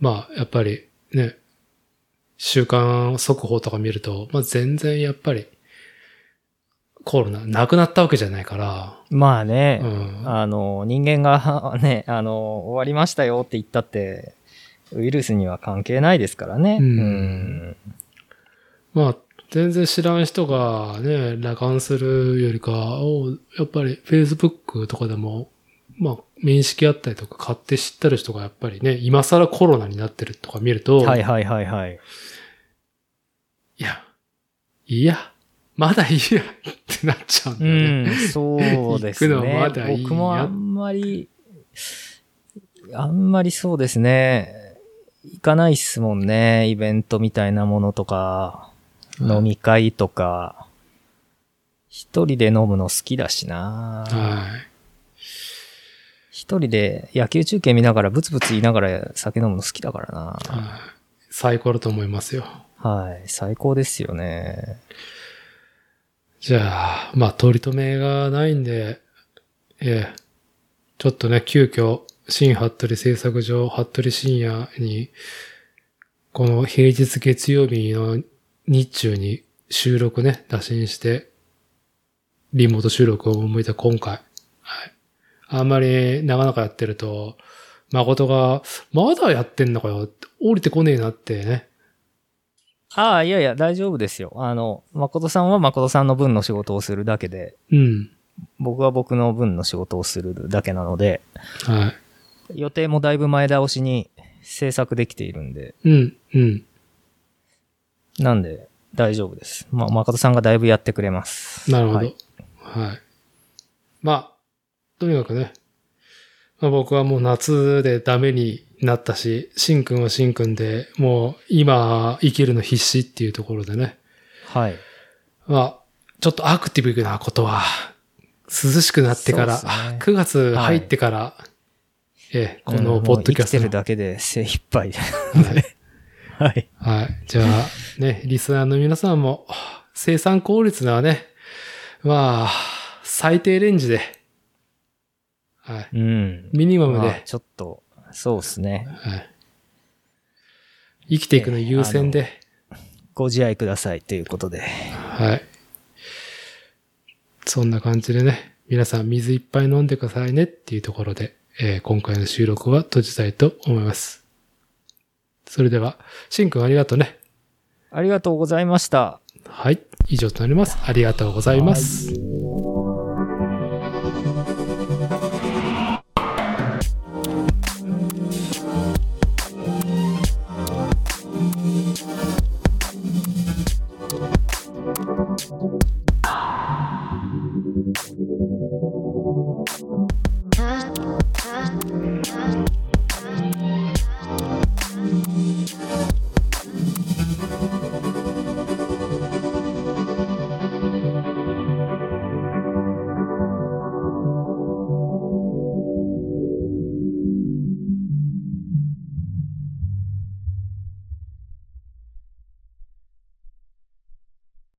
[SPEAKER 1] まあ、やっぱりね、週刊速報とか見ると、まあ全然やっぱり、コロナ、なくなったわけじゃないから、
[SPEAKER 2] まあね、
[SPEAKER 1] うん
[SPEAKER 2] あの、人間が ね、あの、終わりましたよって言ったって、ウイルスには関係ないですからね。
[SPEAKER 1] うんまあ、全然知らん人がね、羅漢するよりか、おうやっぱり Facebook とかでも、まあ、面識あったりとか、買って知ったる人がやっぱりね、今更コロナになってるとか見ると、
[SPEAKER 2] はいはいはいはい。
[SPEAKER 1] いや、いや、まだいいやってなっちゃうんだ
[SPEAKER 2] う
[SPEAKER 1] よね。
[SPEAKER 2] ん、そうです
[SPEAKER 1] 行くの
[SPEAKER 2] ね
[SPEAKER 1] まだいい。や
[SPEAKER 2] 僕もあんまり、あんまりそうですね。行かないっすもんね。イベントみたいなものとか、
[SPEAKER 1] うん
[SPEAKER 2] 飲み会とか。一人で飲むの好きだしな。
[SPEAKER 1] はい。
[SPEAKER 2] 一人で野球中継見ながらブツブツ言いながら酒飲むの好きだからな。
[SPEAKER 1] はい最高だと思いますよ。
[SPEAKER 2] はい。最高ですよね。
[SPEAKER 1] じゃあ、まあ、取り留めがないんで、ええ、ちょっとね、急遽、新服部製作所、服部深夜に、この平日月曜日の日中に収録ね、打診して、リモート収録を思いた今回。はい。あんまり長々やってると、誠が、まだやってんのかよ、降りてこねえなってね。
[SPEAKER 2] ああ、いやいや、大丈夫ですよ。あの、誠さんは誠さんの分の仕事をするだけで、
[SPEAKER 1] うん。
[SPEAKER 2] 僕は僕の分の仕事をするだけなので、
[SPEAKER 1] はい。
[SPEAKER 2] 予定もだいぶ前倒しに制作できているんで、
[SPEAKER 1] うん、うん。
[SPEAKER 2] なんで大丈夫です。まあ、誠さんがだいぶやってくれます。
[SPEAKER 1] なるほど。
[SPEAKER 2] は
[SPEAKER 1] はいい。まあ、とにかくね、まあ、僕はもう夏でダメになったし、しんくんはしんくんで、もう今生きるの必死っていうところでね、
[SPEAKER 2] はい。
[SPEAKER 1] まあ、ちょっとアクティブなことは、涼しくなってから、
[SPEAKER 2] そうですね
[SPEAKER 1] 9月入ってから、ええ、このポッドキャスト
[SPEAKER 2] うんもう生きて
[SPEAKER 1] の、
[SPEAKER 2] るだけで精一杯で。
[SPEAKER 1] はい
[SPEAKER 2] はい。
[SPEAKER 1] はい。じゃあ、ね、リスナーの皆さんも、生産効率なね、まあ、最低レンジで、はい。
[SPEAKER 2] うん。
[SPEAKER 1] ミニマムで、
[SPEAKER 2] ま
[SPEAKER 1] は
[SPEAKER 2] あ、ちょっと、そうですね。
[SPEAKER 1] い。生きていくの優先で、
[SPEAKER 2] ご自愛くださいということで。
[SPEAKER 1] はい。そんな感じでね、皆さん水いっぱい飲んでくださいねっていうところで、えー今回の収録は閉じたいと思います。それでは、しんくんありがとうね。
[SPEAKER 2] ありがとうございました。
[SPEAKER 1] はい。以上となります。ありがとうございます。